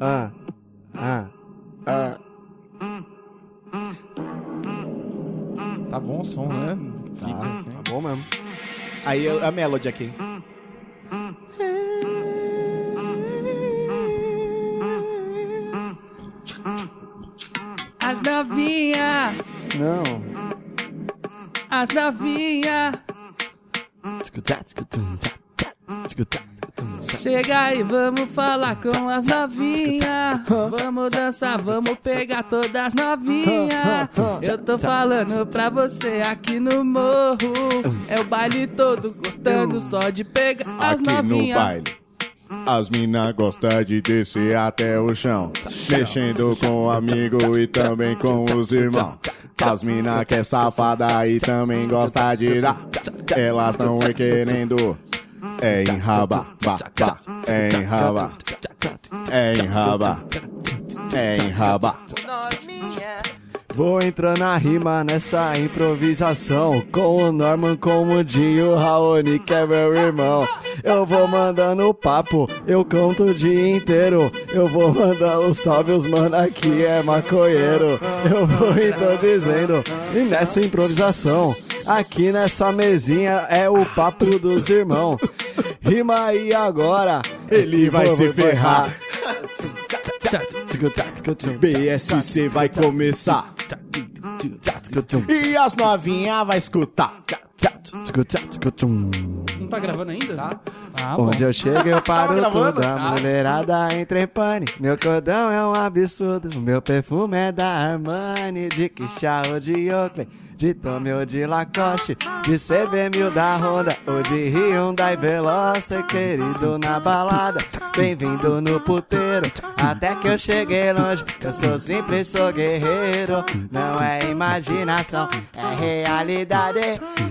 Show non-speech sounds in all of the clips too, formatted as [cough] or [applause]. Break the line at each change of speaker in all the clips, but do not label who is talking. ah, ah, ah.
Tá bom o som, né? Fica
Tá,
assim.
tá bom mesmo. Aí eu- a melody aqui.
As novinha,
Não.
as novinha, chega e vamos falar com as novinha. Vamos dançar, vamos pegar todas as novinha. Eu tô falando pra você aqui no morro, é o baile todo gostando só de pegar as
Aqui no
novinha.
baile. As mina gostam de descer até o chão, mexendo com o amigo e também com os irmãos. As mina que é safada e também gosta de dar, elas não é querendo. É enraba, ba, ba, é enraba, é enraba, é enraba.
Vou entrando na rima nessa improvisação. Com o Norman, com o Dinho, o Raoni, que é meu irmão. Eu vou mandando papo, eu canto o dia inteiro. Eu vou mandando um salve, os mano aqui é maconheiro. Eu vou introduzindo, e nessa improvisação, aqui nessa mesinha é o papo dos irmãos. Rima aí agora,
Ele vai se ferrar.
ferrar.
BSC vai começar e as novinha vai escutar.
Não tá gravando ainda? Tá. Ah, bom.
Onde eu chego
[laughs]
eu paro
gravando?
tudo, a
Tá.
mulherada entra em pane. Meu cordão é um absurdo, meu perfume é da Armani, de Quixá ou de Oakley, de Tommy ou de Lacoste, de CB1000 da Honda ou de Hyundai Veloster, querido na balada, bem-vindo no puteiro, até que eu cheguei longe, eu sou simples, sou guerreiro, não é imaginação, é realidade,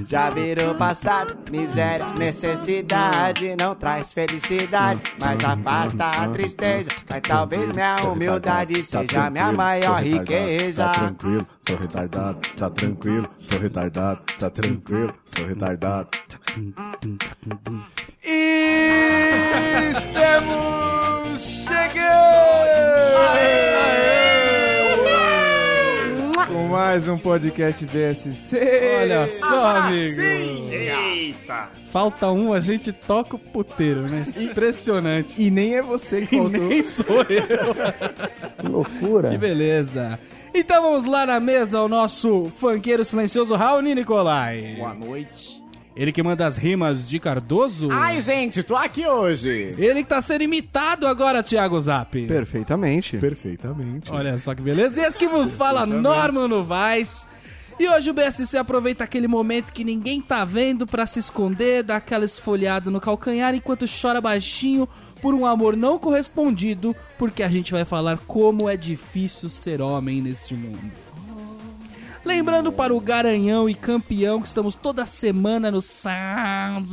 já virou passado, miséria, necessidade, não traz felicidade, mas afasta a tristeza, mas talvez minha humildade seja minha maior riqueza.
Tá tranquilo, sou retardado. Tá tranquilo, sou retardado. Tá tranquilo, sou retardado.
tá
Estamos chegando! Com mais um podcast BSC. Olha só, amigo.
Falta um, a gente toca o puteiro, né? Impressionante.
E nem é você que faltou.
Nem sou eu. loucura. Que beleza. Então vamos lá na mesa, o nosso funkeiro silencioso Raoni Nicolai. Boa noite. Ele que manda as rimas de Cardoso.
Ai, gente, tô aqui hoje.
Ele que tá sendo imitado agora, Thiago Zap.
Perfeitamente.
Perfeitamente.
Olha só que beleza. E esse que vos fala, Norman Novaes. E hoje o BSC aproveita aquele momento que ninguém tá vendo pra se esconder, dar aquela esfoliada no calcanhar enquanto chora baixinho por um amor não correspondido, porque a gente vai falar como é difícil ser homem neste mundo. Lembrando para o garanhão e campeão que estamos toda semana no Sound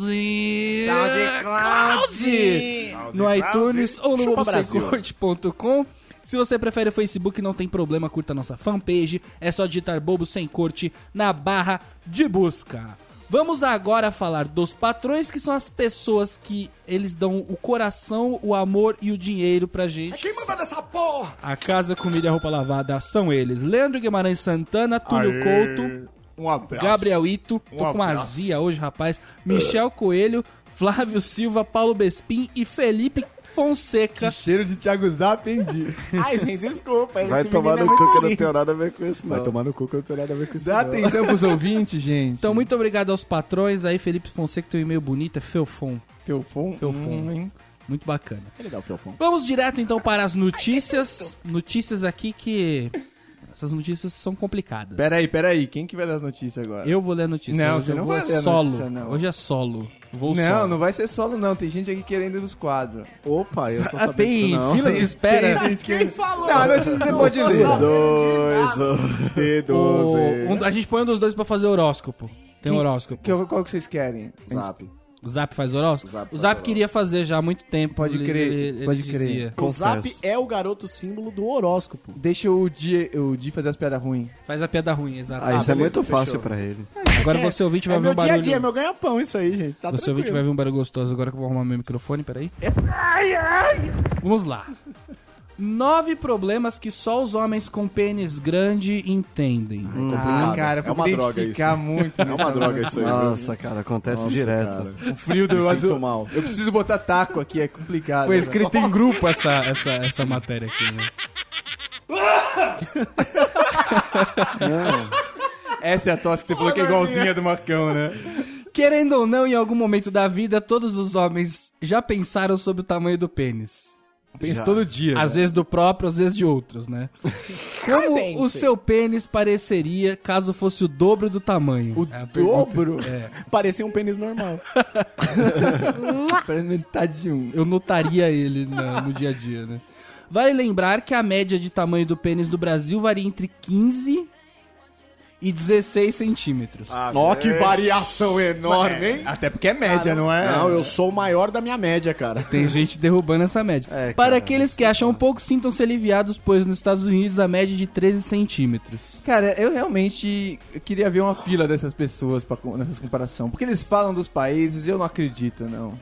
Cloud no iTunes ou no
Chupa Brasil.
www.corte.com. Se você prefere o Facebook, não tem problema, curta a nossa fanpage. É só digitar bobo sem corte na barra de busca. Vamos agora falar dos patrões, que são as pessoas que eles dão o coração, o amor e o dinheiro pra gente.
Quem manda nessa porra?
A casa, comida e roupa lavada são eles: Leandro Guimarães Santana, Túlio Couto,
Um abraço.
Gabriel Ito, tô
Um
com uma
abraço.
azia hoje, rapaz, Michel Coelho, Flávio Silva, Paulo Bespin e Felipe Fonseca.
Cheiro de Thiago Zap, hein, Di?
Ai, gente, desculpa. esse
Vai
menino
tomar
é
no
muito
cu que eu não
lindo.
tenho nada a ver com isso, não.
Vai tomar no cu que eu não tenho nada a ver com isso.
Dá
não.
atenção pros ouvintes, gente.
Então, muito obrigado aos patrões. Aí, Felipe Fonseca, teu e-mail bonito é Felfon.
Teu hum, fom.
Teu fom. Muito bacana.
Ele dá o fiofão.
Vamos direto então para as notícias. Notícias aqui que. Essas notícias são complicadas.
Peraí, peraí. Quem que vai dar as notícias agora?
Eu vou ler a notícia.
Não,
Hoje
você
eu
não
vou
vai ler a
solo.
notícia, não.
Hoje é solo. Vou
Não,
solo.
não vai ser solo, não. Tem gente aqui querendo ir nos quadros.
Opa, eu tô
Ah,
sabendo
tem
disso não.
fila de espera.
Tem gente
Quem
querendo...
falou?
Não, a notícia você pode ler.
Dois,
um, [laughs]
O-
D12.
um- a gente põe um dos dois pra fazer horóscopo. Tem um
Quem-
horóscopo.
Que- qual que vocês querem?
um Zap.
O Zap faz horóscopo?
Zap
o
faz
Zap
horóscopo.
queria fazer já há muito tempo.
Pode
ele-
crer,
ele-
pode
ele
crer.
dizia.
O Zap
Confesso.
é o garoto símbolo do horóscopo.
Deixa o Di, o Di fazer as piadas ruins. É
Faz a piada ruim, exato.
Ah, isso é
beleza,
muito
fechou.
fácil pra ele.
Agora
É,
você ouvinte vai
é
ver um
meu dia
barulho.
a dia, é meu ganha-pão isso aí, gente. Tá
Você ouvinte
tranquilo.
vai ver um barulho gostoso agora que eu vou arrumar meu microfone, peraí. Vamos lá. Nove problemas que só os homens com pênis grande entendem.
Ah, cara,
é
eu
uma
fui
droga isso.
identificar muito.
É uma droga isso aí. viu?
Nossa, cara, acontece
Nossa,
Ah, direto.
cara.
O frio
Me
do
sinto
azul.
mal.
Eu preciso botar taco aqui, é complicado.
Foi
né?
escrito em grupo essa, essa, essa matéria aqui, né?
Essa é a tosse que você falou que é igualzinha do Marcão, né?
Querendo ou não, em algum momento da vida, todos os homens já pensaram sobre o tamanho do pênis.
Penso todo dia. né?
Às vezes do próprio, às vezes de outros, né? Como o seu pênis pareceria caso fosse o dobro do tamanho?
O
É a pergunta.
dobro?
Parecia um pênis normal.
Parece metade de um.
Eu notaria ele na- no dia a dia, né? Vale lembrar que a média de tamanho do pênis do Brasil varia entre 15 e 16 centímetros.
Ó, que variação enorme, hein?
Até porque é média, não é?
Não, eu sou o maior da minha média, cara.
[laughs]
Tem gente derrubando essa média.
É,
Para
cara,
aqueles que acham um pouco, sintam-se aliviados, pois nos Estados Unidos a média é de 13 centímetros.
Cara, eu realmente queria ver uma fila dessas pessoas pra, com- nessas comparação. Porque eles falam dos países e eu não acredito, não.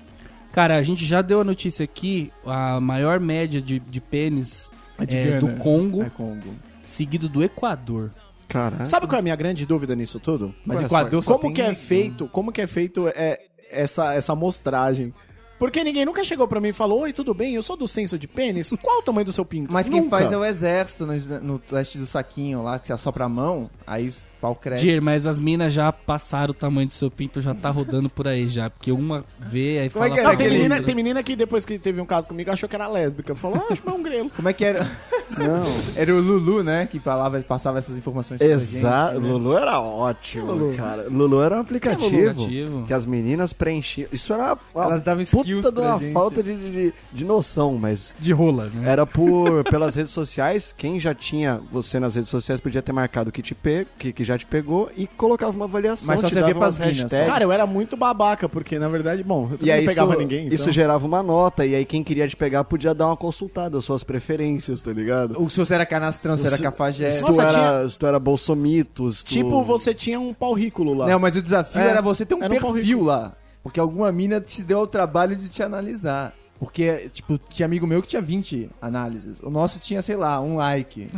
Cara, a gente já deu a notícia aqui, a maior média de, de pênis
É de
é, do
Gana.
Congo,
É Congo.
seguido do Equador.
Caralho.
Sabe qual é a minha grande dúvida nisso tudo?
Mas
Olha
Equador só um
como
tem
que é
negro.
feito, como que é feito é, essa essa amostragem? Porque ninguém nunca chegou pra mim e falou: "Oi, tudo bem? Eu sou do senso de pênis. Qual o tamanho do seu pinto?"
Mas quem
Nunca.
faz é o exército no, no teste do saquinho lá, que você assopra a mão, aí o pau
É.
cresce.
Dir, mas as minas já passaram o tamanho do seu pinto, já tá rodando por aí já. Porque uma vê, aí
Como é
fala... "Tá
que é
pra
Não, tem,
aquele-
outra.
menina, tem menina que depois que teve um caso comigo achou que era lésbica. Falou, ah, acho que é um grelo.
Como é que era? [laughs]
Não.
Era o Lulu, né? Que falava, passava essas informações pra
Exato.
gente, né?
Lulu era ótimo, cara. Lulu era um aplicativo
Que
que,
é Lulu? Aplicativo.
as meninas preenchiam. Isso era uma
Elas davam skills
puta de
pra
uma
gente.
falta de, de, de noção, mas
De rola, né?
era por pelas redes sociais. Quem já tinha você nas redes sociais podia ter marcado que te pe que, que já te pegou e colocava uma avaliação.
Mas só
te
você vê
dava
pras
umas
minas,
hashtags.
Cara, eu era muito babaca, porque na verdade, bom, eu
É E
não
aí
pegava
isso,
ninguém.
isso
então.
gerava uma nota, e aí quem queria te pegar podia dar uma consultada, às suas preferências, tá ligado?
Ou se você era canastrão, se você era
Se-
cafajé.
Se tu,
Nossa,
era, se tu era bolsomitos, tu...
Tipo, você tinha um pau rículo lá.
Não, mas o desafio
É,
era você ter um
era um pau
perfil lá. Porque alguma mina te deu o trabalho de te analisar. Porque, tipo, tinha amigo meu que tinha 20 análises. O nosso tinha, sei lá, um [laughs] like.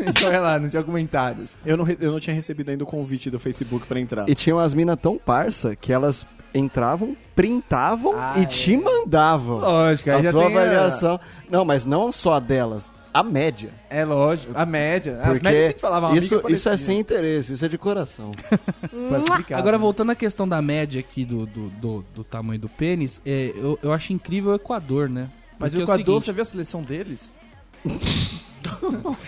então, olha lá, não tinha comentários.
Eu não, re- eu não tinha recebido ainda o convite do Facebook pra entrar.
E tinha umas minas tão parça que elas entravam, printavam
Ah,
e
é.
te mandavam.
Lógico, aí
a
já
tua
tem a-
avaliação. Não, mas não só a delas, a média.
É lógico, a média. É, As
Porque
médias sempre falavam amiga
isso, isso é
parecia.
sem interesse, isso é de
[laughs]
coração.
Complicado.
Agora, voltando à questão da média aqui do, do, do, do tamanho do pênis, é, eu, eu acho incrível o Equador, né?
Mas o
Porque é
Equador,
seguinte,
você viu a seleção deles?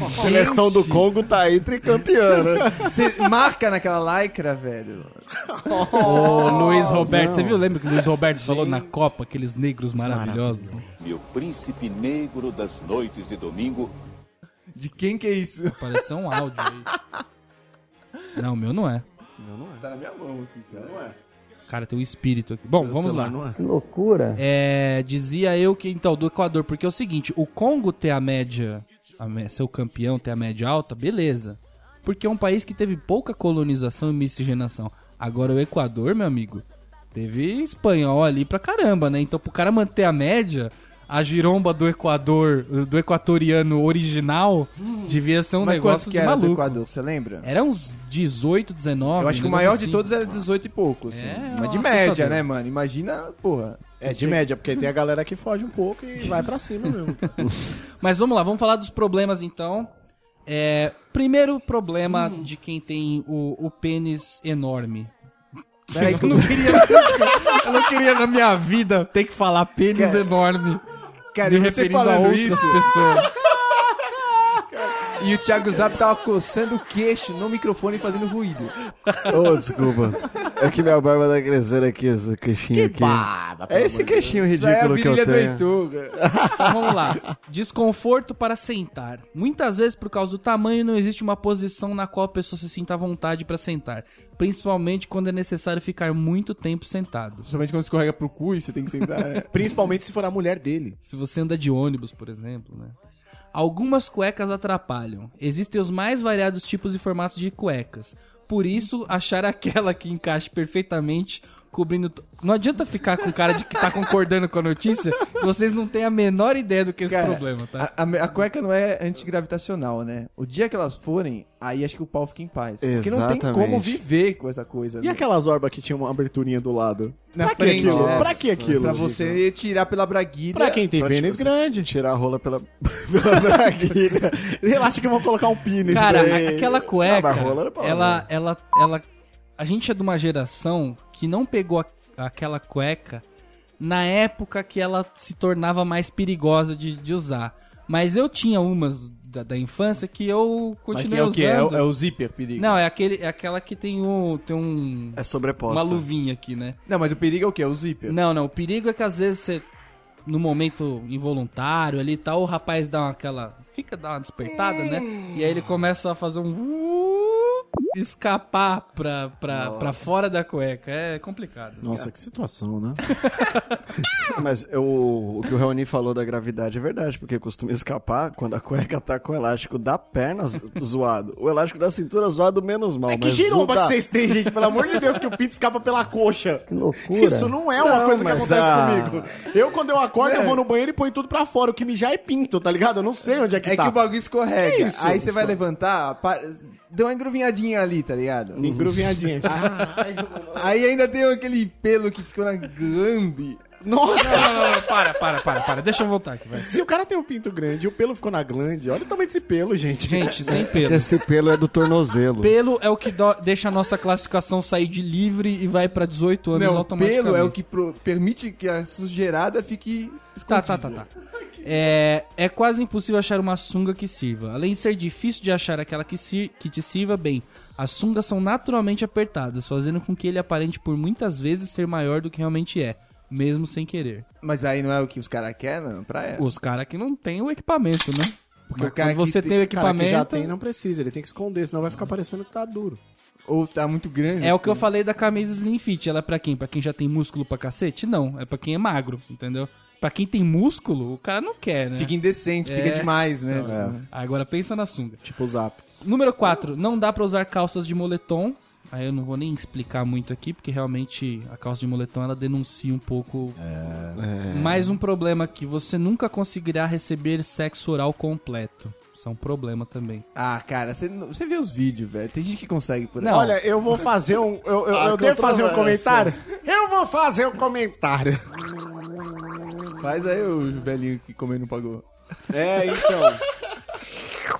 A seleção do Congo tá aí tricampeã, né?
Você marca naquela lycra, velho.
Ô, Luiz Roberto, você viu? Lembra que o Luiz Roberto falou na Copa, aqueles negros maravilhosos? né?
E o príncipe negro das noites de domingo
De quem que é isso?
Apareceu um áudio aí. Não, o meu não é.
Tá na minha mão aqui, cara. Não é.
Cara, tem um espírito aqui. Bom, vamos lá.
Não é?
É, dizia eu que então do Equador, porque é o seguinte, o Congo ter a média, a mé- ser o campeão ter a média alta, beleza. Porque é um país que teve pouca colonização e miscigenação. Agora o Equador, meu amigo, teve espanhol ali pra caramba, né? Então pro cara manter a média, a giromba do Equador, do equatoriano original, devia ser um
Hum. Mas quanto
negócio
que
de
era do
maluco.
Equador, você lembra?
Era uns 18, 19.
Eu acho que o
um
maior de
negócio assim.
todos era 18 e pouco, assim.
É,
Mas de
assustador.
média, né, mano? Imagina, porra.
É de média, porque tem a galera que foge um pouco e vai pra cima mesmo.
Mas vamos lá, vamos falar dos problemas então. É, primeiro problema
Hum.
de quem tem o, o pênis enorme.
Peraí,
Eu não, queria, eu não queria na minha vida ter que falar pênis enorme.
cara,
Me
e você
referindo a
falando
outras
isso.
[laughs] pessoas.
E o Thiago Zap tava coçando o queixo no microfone e fazendo ruído.
Ô, desculba. É que minha barba tá crescendo aqui, esse queixinho aqui.
barba, pelo
é esse
amor de Deus.
queixinho
Isso aí é a
ridículo que eu
virilha do
tenho.
Heitor. cara.
Então, Vamos lá. Desconforto para sentar. Muitas vezes, por causa do tamanho, não existe uma posição na qual a pessoa se sinta à vontade para sentar. Principalmente quando é necessário ficar muito tempo sentado.
[laughs] Principalmente quando escorrega pro cu e você tem que sentar, né?
Principalmente se for a mulher dele.
Se você anda de ônibus, por exemplo, né? Algumas cuecas atrapalham. Existem os mais variados tipos e formatos de cuecas. Por isso, achar aquela que encaixe perfeitamente cobrindo. t- Não adianta ficar com cara de que tá concordando com a notícia, vocês não têm a menor ideia do que é esse
Cara,
problema, tá?
A, a- a cueca não é antigravitacional, né? O dia que elas forem, aí acho que o pau fica em paz. Porque não tem
Exatamente.
como viver com essa coisa.
E
né?
aquelas orbas que tinha uma aberturinha do lado?
Na
pra que
frente,
aquilo?
né?
Pra que aquilo?
Pra você tirar pela braguilha.
Pra quem tem
Pra,
pênis
tipo,
grande.
Tirar a rola pela.
pela [laughs] braguilha. Relaxa que vão colocar um pino nisso
Cara,
aí.
aquela cueca,
Ah, mas rola era pra
ela,
rola.
ela, ela, a gente é de uma geração que não pegou a- aquela cueca na época que ela se tornava mais perigosa de, de usar. Mas eu tinha umas da, da infância que eu continuei
Mas que é o
usando.
que? É, o- é o zíper, perigo.
Não, é, aquele, é aquela que tem, um, tem um,
É sobreposta.
uma luvinha aqui, né?
Não, mas o perigo é o quê? É o zíper.
Não, não. O perigo é que às vezes você, no momento involuntário ali e tal, o rapaz dá uma, aquela. Fica, dá uma despertada, né? E aí ele começa a fazer um. [laughs] Escapar pra, pra, pra fora da cueca. É complicado.
Nossa, que situação, né?
Mas eu- o que o Reoni falou da gravidade é verdade, porque costuma escapar quando a cueca tá com o elástico da perna zo- zoado. O elástico da cintura zoado menos mal.
É que
mas o
giromba
da...
que vocês têm, gente. Pelo amor de Deus, que o pinto escapa pela coxa. Que
loucura.
Isso não é uma
Não,
coisa que
mas
acontece
a-
comigo. Eu, quando eu acordo, eu vou no banheiro e ponho tudo pra fora. O que mijar é pinto, tá ligado? Eu não sei onde é que
É
tá.
que o bagulho escorrega.
Que isso?
Aí você vai levantar, pa- deu uma engruvinhadinha ali, tá ligado?
é Engruvinhadinha.
Aí ainda tem aquele pelo que ficou na glande.
Nossa!
Não, não, não, para, para, para, para. Deixa eu voltar aqui, vai.
Se o cara tem um pinto grande e o pelo ficou na glande, olha o tamanho desse pelo, gente.
Gente, sem pelo.
Esse pelo é do tornozelo.
Pelo é o que dó- deixa a nossa classificação sair de livre e vai pra 18 anos
Não, o
automaticamente.
pelo é o que pro- permite que a sujeirada fique
Tá,
escondida.
tá, tá, tá. É, é quase impossível achar uma sunga que sirva. Além de ser difícil de achar aquela que, sir- que te sirva bem, as sungas são naturalmente apertadas, fazendo com que ele aparente por muitas vezes ser maior do que realmente é, mesmo sem querer.
Mas aí não é o que os caras querem, não? Pra ela.
Os caras que não tem o equipamento, né? Porque
o cara
quando
que
você
tem-
tem o
Cara que
equipamento.
já tem, né? não precisa. Ele tem que esconder, senão vai ficar parecendo que tá duro.
Ou tá muito grande.
É o que eu falei da camisa Slim Fit. Ela é pra quem? Pra quem já tem músculo pra cacete? Não. É pra quem é magro, entendeu? Pra quem tem músculo, o cara não quer, né?
Fica indecente,
É.
fica demais, né? Tipo,
Agora pensa na sunga.
Tipo o zap.
Número 4, não dá pra usar calças de moletom. Aí eu não vou nem explicar muito aqui, porque realmente a calça de moletom ela denuncia um pouco. Mais um problema que você nunca conseguirá receber sexo oral completo. Isso é um problema também.
Ah, cara, você não- você vê os vídeos, velho. Tem gente que consegue por aí.
Não.
Olha, eu vou fazer um. Eu, eu,
Ah,
eu devo fazer um comentário?
controvérsia.
Eu vou fazer um comentário.
Faz aí o velhinho que comeu e não pagou.
É, então.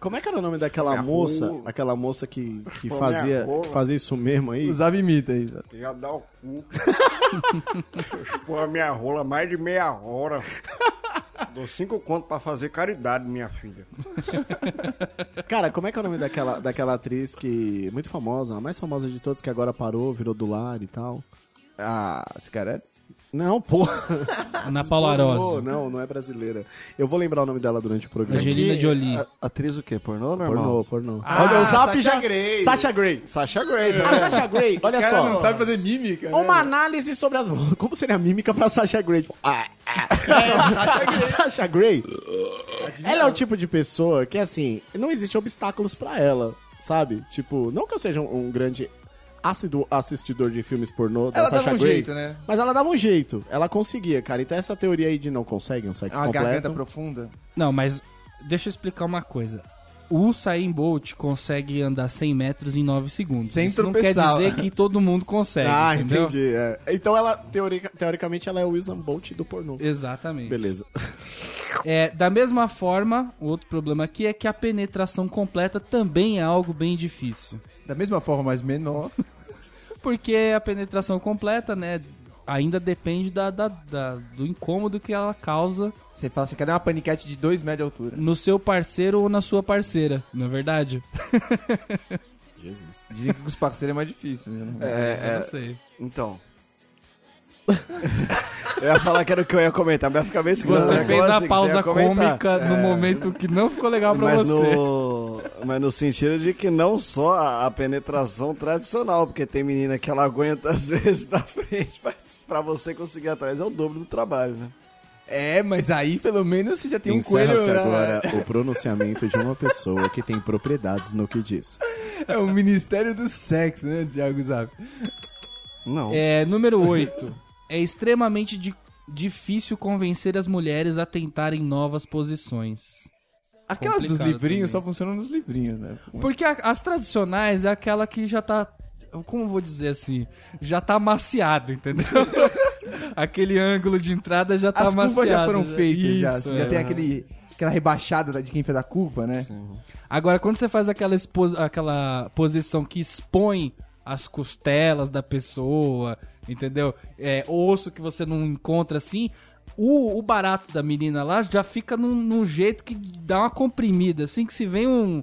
Como é que era o nome daquela moça? Aquela moça que, que, fazia, que fazia isso mesmo aí?
Usava imita aí.
Já dá o cu. Expor a minha rola mais de meia hora. Dou cinco contos pra fazer caridade, minha filha.
Cara, como é que é o nome daquela, daquela atriz que. Muito famosa, a mais famosa de todos, que agora parou, virou do lar e tal.
Ah, esse cara é...
Não, porra.
Ana Paula
Pornô,
Arósio.
não, não é brasileira. Eu vou lembrar o nome dela durante o programa.
Angelina Jolie.
A- atriz o quê? Pornô ou normal?
Pornô, pornô.
Ah,
olha, o Zap
Sasha
já. É.
Grey.
Sasha Grey.
Sasha Grey, né?
A Sasha Grey, Ah, olha
cara
só.
não sabe fazer mímica, né?
Uma análise sobre as. Como seria a mímica pra Sasha Grey? Tipo, ah, ah.
É,
[laughs] Sasha Grey. Ela é o tipo de pessoa que, assim, não existe obstáculos pra ela, sabe? Tipo, não que eu seja um, um grande ácido assistidor de filmes pornô da
Ela
Sasha
dava um
Grey.
jeito, né?
Mas ela dava um jeito. Ela conseguia, cara. Então essa teoria aí de não consegue um sexo
Uma Ah, garganta
completo.
é profunda.
Não, mas deixa eu explicar uma coisa. O Usain Bolt consegue andar 100 metros em 9 segundos.
Sem
Isso
tropeçar.
não quer dizer que todo mundo consegue,
Ah,
entendeu?
entendi. é. Então ela, teorica- teoricamente, ela é o Wilson Bolt do pornô.
Exatamente.
Beleza.
[laughs] É, da mesma forma, o outro problema aqui é que a penetração completa também é algo bem difícil.
Da mesma forma, mas menor.
Porque a penetração completa, né, ainda depende da, da- da- do incômodo que ela causa
Você fala assim, cadê uma paniquete de 2 metros de altura?
no seu parceiro ou na sua parceira, não é verdade?
Dizem que com os parceiros é mais difícil, né?
Eu
É,
não
é,
sei.
então. [laughs] eu ia falar que era o que eu ia comentar, mas ia ficar bem escuro.
Você
né? Agora,
fez a
se quiser
pausa
comentar. É,
cômica no momento que não ficou legal pra
mas
você.
No, mas no sentido de que não só a, a penetração tradicional, porque tem menina que ela aguenta às [laughs] vezes na frente, mas pra você conseguir atrás é o dobro do trabalho, né?
É, mas aí pelo menos você já tem um coelho.
Encerra-se
na-
né?
agora o pronunciamento de uma pessoa que tem propriedades no que diz.
É o Ministério do Sexo, né, Thiago Zap?
Não.
É, número 8. é extremamente di- difícil convencer as mulheres a tentarem novas posições.
Aquelas dos
Complicado
livrinhos
também.
só funcionam nos livrinhos, né?
Porque a- as tradicionais é aquela que já tá. Como eu vou dizer assim? Já tá maciado, entendeu? [laughs] Aquele ângulo de entrada já tá
As
maciado.
curvas já foram feitas, já.
Isso,
já
é.
tem aquele, aquela rebaixada de quem fez a curva, né?
Agora, quando você faz aquela, expo- aquela posição que expõe as costelas da pessoa, entendeu? É, osso que você não encontra assim. O, o barato da menina lá já fica num, num jeito que dá uma comprimida. Assim que se vem um,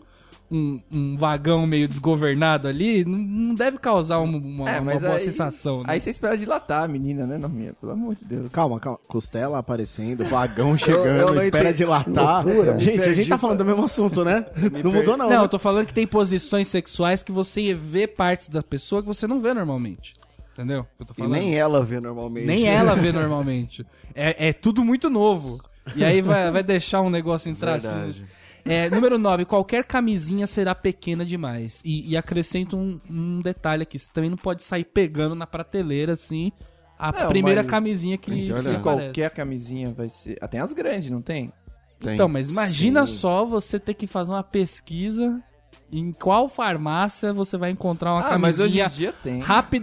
um, um vagão meio desgovernado ali, não, não deve causar uma, uma- uma boa sensação, né?
É, Aí você espera dilatar a menina, né, Norminha? Pelo amor de Deus.
Calma, calma. Costela aparecendo, vagão chegando,
eu não
espera
entendi.
dilatar.
Loucura.
Gente, a gente tá falando do mesmo assunto, né? Não mudou, não.
Não,
né?
eu tô falando que tem posições sexuais que você vê partes da pessoa que você não vê normalmente. Entendeu? o que Eu tô
E
falando.
nem ela vê normalmente.
Nem
[laughs]
ela vê normalmente. É, é tudo muito novo. E aí vai, vai deixar um negócio entrar assim.
Verdade.
É, número 9. Qualquer camisinha será pequena demais. E, e acrescento um, um detalhe aqui. Você também não pode sair pegando na prateleira, assim, a
Não,
primeira
mas-
camisinha que, que
Se
aparece.
qualquer camisinha vai ser. Ah, tem as grandes, não tem?
Tem.
Então, mas imagina só você ter que fazer uma pesquisa em qual farmácia você vai encontrar uma
ah,
camisinha
mas hoje em dia tem.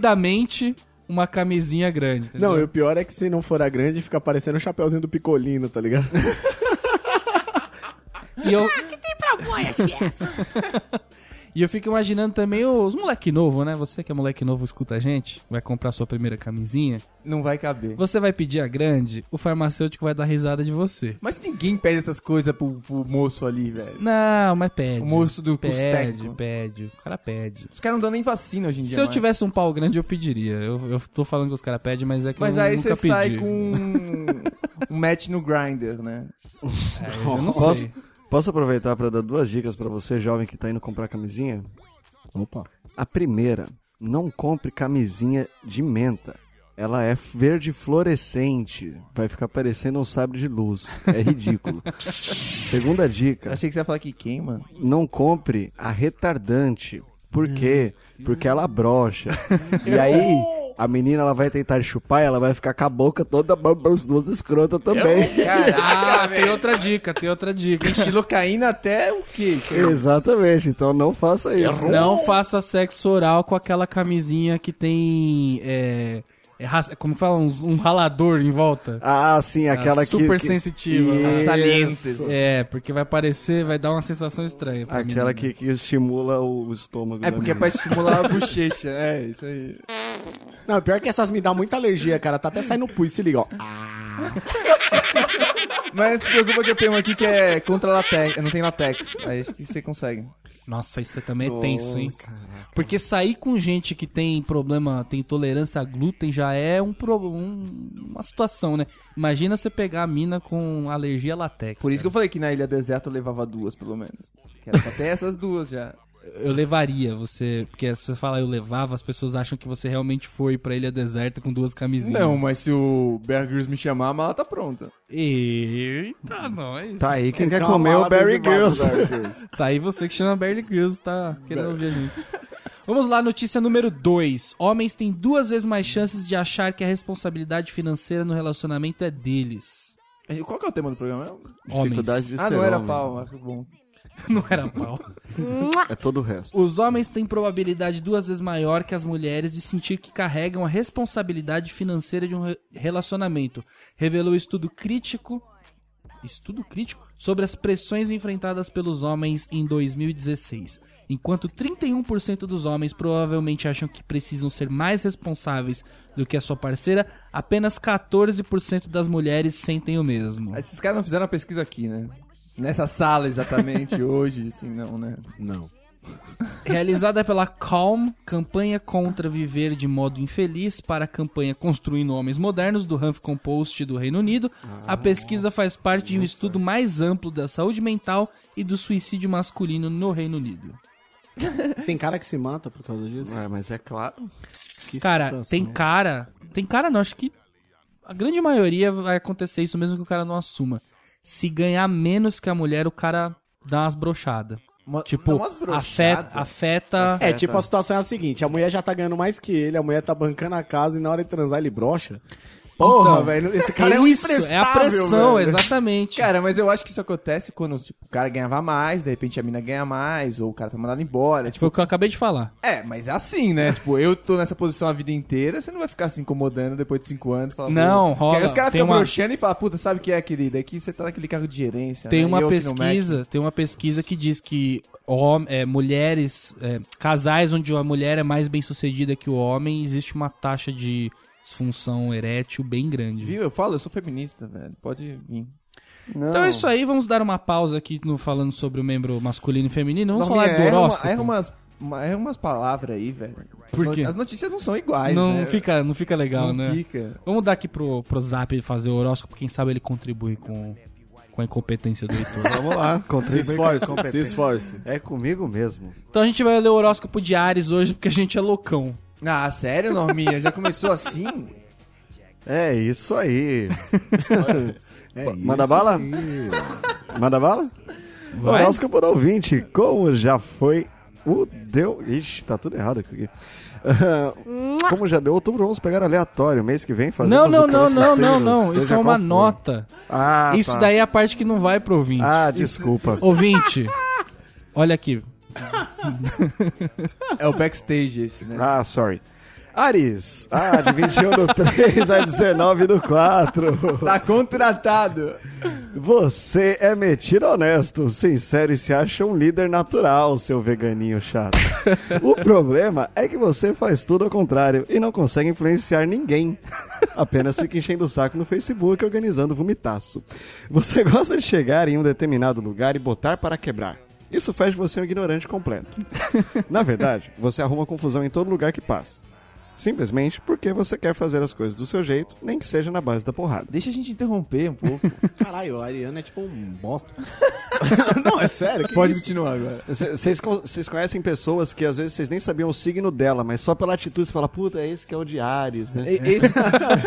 rapidamente, uma camisinha grande. entendeu?
Não, e o pior é que se não for a grande, fica parecendo o chapeuzinho do picolino, tá ligado?
E eu... [laughs] E eu fico imaginando também os moleque novo, né? Você que é moleque novo, escuta a gente, vai comprar sua primeira camisinha.
Não vai caber.
Você vai pedir a grande, o farmacêutico vai dar risada de você.
Mas ninguém pede essas coisas pro, pro moço ali, velho.
Não, mas pede.
O moço do curso
pede,
técnico.
pede. O cara pede.
Os caras não dão nem vacina hoje em dia.
Se eu
mais.
tivesse um pau grande, eu pediria. Eu, eu tô falando que os caras pedem, mas é que
Mas
eu
aí
nunca
você
pedi.
sai com um- um match no grinder, né?
É, eu não
Posso,
sei.
posso aproveitar pra dar duas dicas pra você, jovem que tá indo comprar camisinha?
Opa.
A primeira, não compre camisinha de menta. Ela é verde fluorescente. Vai ficar parecendo um sabre de luz. É
[laughs]
ridículo. Segunda dica,
Achei que você ia falar que queima.
não compre a retardante. Por quê? Porque ela brocha. E aí, a menina ela vai tentar chupar e ela vai ficar com a boca toda bambuzuda, escrota também.
[laughs]
Ah, tem outra dica, tem outra dica.
Estilocaína até o quê?
Exatamente, então não faça isso.
Não faça sexo oral com aquela camisinha que tem. É, é raça- como fala? Uns- Um, ralador em volta.
Ah, sim, aquela
Ah,
que.
super
que-
sensitiva.
Isso.
Salientes.
É, porque vai parecer, vai dar uma sensação estranha. Pra né?
Aquela
menina.
que, que estimula o estômago. né?
É
da
porque é
menina.
pra estimular a bochecha. É, isso aí.
Não, o pior é que essas me dão muita alergia, cara. Tá até saindo pus, se liga, ó. Ah,
Mas não se preocupa que eu tenho um aqui que é contra latex. Não tem latex. Aí acho que você consegue.
Nossa, isso também é tenso, hein? Porque sair com gente que tem problema, tem intolerância a glúten já é um, pro- um- uma situação, né? Imagina você pegar a mina com alergia a latex.
Por isso que eu falei que na Ilha Deserta eu levava duas, pelo menos. Que era pra ter essas duas já.
Eu levaria você, porque se você fala eu levava, as pessoas acham que você realmente foi pra ilha deserta com duas camisinhas.
mas se o Bear Grylls me chamar, a mala tá pronta.
Eita, nós.
Tá aí quem quer comer o Barry Girls.
Tá aí você que chama Barry Grylls, tá querendo ouvir a gente. Vamos lá, notícia número 2. Homens têm duas vezes mais chances de achar que a responsabilidade financeira no relacionamento é deles.
Qual que é o tema do programa? mesmo?
Homens.
[laughs] Dificuldade de
Ah,
ser
não era
homem.
pau, mas que bom.
[laughs] Não era pau.
É todo o resto.
Os homens têm probabilidade duas vezes maior que as mulheres de sentir que carregam a responsabilidade financeira de um re- relacionamento, revelou estudo crítico. Estudo crítico sobre as pressões enfrentadas pelos homens em 2016. Enquanto 31% dos homens provavelmente acham que precisam ser mais responsáveis do que a sua parceira, apenas 14% das mulheres sentem o mesmo.
Esses caras não fizeram a pesquisa aqui, né? Nessa sala [laughs] exatamente, hoje, assim, não, né?
Não.
Realizada pela Calm, campanha contra viver de modo infeliz para a campanha Construindo Homens Modernos do Huffington Post do Reino Unido,
Ah,
a pesquisa faz parte de um estudo mais amplo da saúde mental e do suicídio masculino no Reino Unido.
Tem cara que se mata por causa disso?
Ah, mas é claro.
Que
cara,
situação.
tem cara, tem cara não, acho que a grande maioria vai acontecer isso mesmo que o cara não assuma. Se ganhar menos que a mulher, o cara dá umas brochadas.
Uma- dá
Tipo,
umas
afeta,
brochadas.
afeta.
É, tipo, a situação é a seguinte: a mulher já tá ganhando mais que ele, a mulher tá bancando a casa e na hora de transar ele brocha. Porra,
Então,
velho, esse cara é um
Isso, é a
imprestável,
pressão,
velho.
exatamente.
Cara, mas eu acho que isso acontece quando tipo, o cara ganhava mais, de repente a mina ganha mais, ou o cara tá mandado embora.
É, Foi
Tipo,
o que eu acabei de falar.
é, mas é assim, [laughs] né? Tipo, eu tô nessa posição a vida inteira, você não vai ficar se incomodando depois de cinco anos. e Falar, pô,
Não,
que Aí
rola,
os caras
tem
ficam
uma-
broxando e falam, puta, sabe o que é, querida? É que você tá naquele carro de gerência.
Tem
né? E
uma
eu que não mexe.
pesquisa, tem uma pesquisa que diz que hom- é, mulheres, é, casais onde a mulher é mais bem sucedida que o homem, existe uma taxa de disfunção erétil bem grande.
Viu? Eu falo, eu sou feminista, velho. Pode vir.
Então é isso aí, vamos dar uma pausa aqui no falando sobre o membro masculino e feminino. Vamos
Norminha,
falar do
erra é uma-
horóscopo.
Erra umas, uma- erra umas palavras aí, velho.
Por
No-
quê?
As notícias não são iguais,
não,
né?
fica, não fica legal,
Não
né?
fica.
Vamos dar aqui pro, pro Zap fazer o horóscopo, quem sabe ele contribui com, com a incompetência
[laughs]
do Heitor.
[laughs] Vamos lá,
Se
contribui com a
esforce, se
competência.
esforce.
É comigo mesmo.
então a gente vai ler o horóscopo de Ares hoje, porque a gente é loucão.
Ah, sério, Norminha? Já começou assim?
É isso [laughs] aí.
É
Pô,
isso.
Manda bala? Manda bala?
Vai.
Horóscopo do ouvinte, como já foi o deu. Ixi, tá tudo errado isso aqui. Ah, como já deu outubro, vamos pegar aleatório. Mês que vem fazemos
Não, não,
o
não,
clássico,
não,
seja-
não, não. Isso
seja
é uma
qual for.
nota.
Ah,
Isso
tá.
daí é a parte que não vai pro ouvinte.
Ah, desculpa.
Ouvinte, olha aqui.
É o backstage esse, né?
Ah, sorry. Ares, ah, de 21 [laughs] do 3 a 19 do 4.
Tá contratado.
Você é metido honesto, sincero e se acha um líder natural, seu veganinho chato. o problema é que você faz tudo ao contrário e não consegue influenciar ninguém. Apenas fica enchendo o saco no Facebook organizando vomitaço. Você gosta de chegar em um determinado lugar e botar para quebrar. Isso faz de você um ignorante completo. Na verdade, você arruma confusão em todo lugar que passa. Simplesmente porque você quer fazer as coisas do seu jeito, nem que seja na base da porrada.
Deixa a gente interromper um pouco.
Caralho, a Ariana é tipo um bosta. não, é sério. que
Pode
isso?
continuar agora.
Vocês conhecem pessoas que às vezes vocês nem sabiam o signo dela, mas só pela atitude você fala, puta, é esse que é o de Ares, né?
Esse...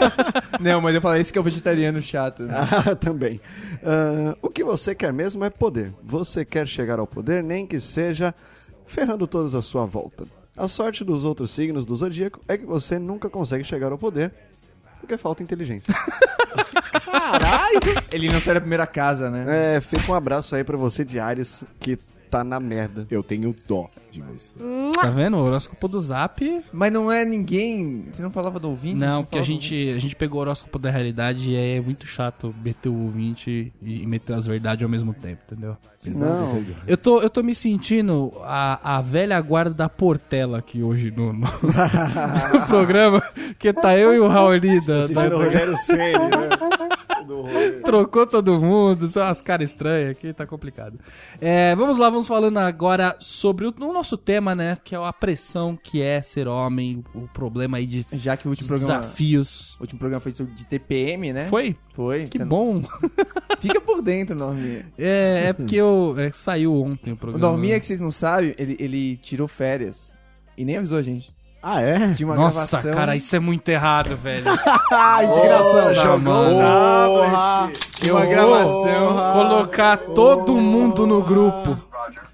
[laughs] não, mas eu falei, esse que é o vegetariano chato. né?
[laughs] Ah, também. Ah, o que você quer mesmo é poder. Você quer chegar ao poder, nem que seja ferrando todos à sua volta. A sorte dos outros signos do zodíaco é que você nunca consegue chegar ao poder, porque falta inteligência.
Ele não sai da primeira casa, né?
é, fica um abraço aí pra você de Ares, que tá na merda.
Eu tenho dó de você.
Tá vendo? O horóscopo do Zap.
Mas não é ninguém. Você não falava do ouvinte?
Não,
Você
porque a
falava do
gente, a gente pegou o horóscopo da realidade e aí é muito chato meter o ouvinte e e meter as verdades ao mesmo tempo, entendeu?
Não,
Eu tô, eu tô me sentindo a, a velha guarda da Portela aqui hoje no, [laughs] no- no programa, que tá eu e o Raoni da, da-
sentindo o Rogério Ceni, [laughs] né?
Trocou todo mundo, são umas caras estranhas aqui, tá complicado. É, vamos lá, vamos falando agora sobre o, o nosso tema, né? Que é a pressão que é ser homem, o problema aí de
ouvinte. Já que o último programa,
desafios.
o último programa foi sobre de TPM, né?
Foi?
Foi.
Que
Você não-
bom.
Fica por dentro,
[laughs]
Norminha.
É, é porque eu, é, saiu ontem o
O
programa. é
Norminha, que vocês não sabem, ele, ele tirou férias. E nem avisou a gente.
Ah, é?
Tinha uma
Nossa,
gravação.
cara, isso é muito errado,
[laughs]
velho.
Ah, indignação.
Ô, jogou o
Porra.
Tinha uma gravação.
Colocar todo mundo no grupo.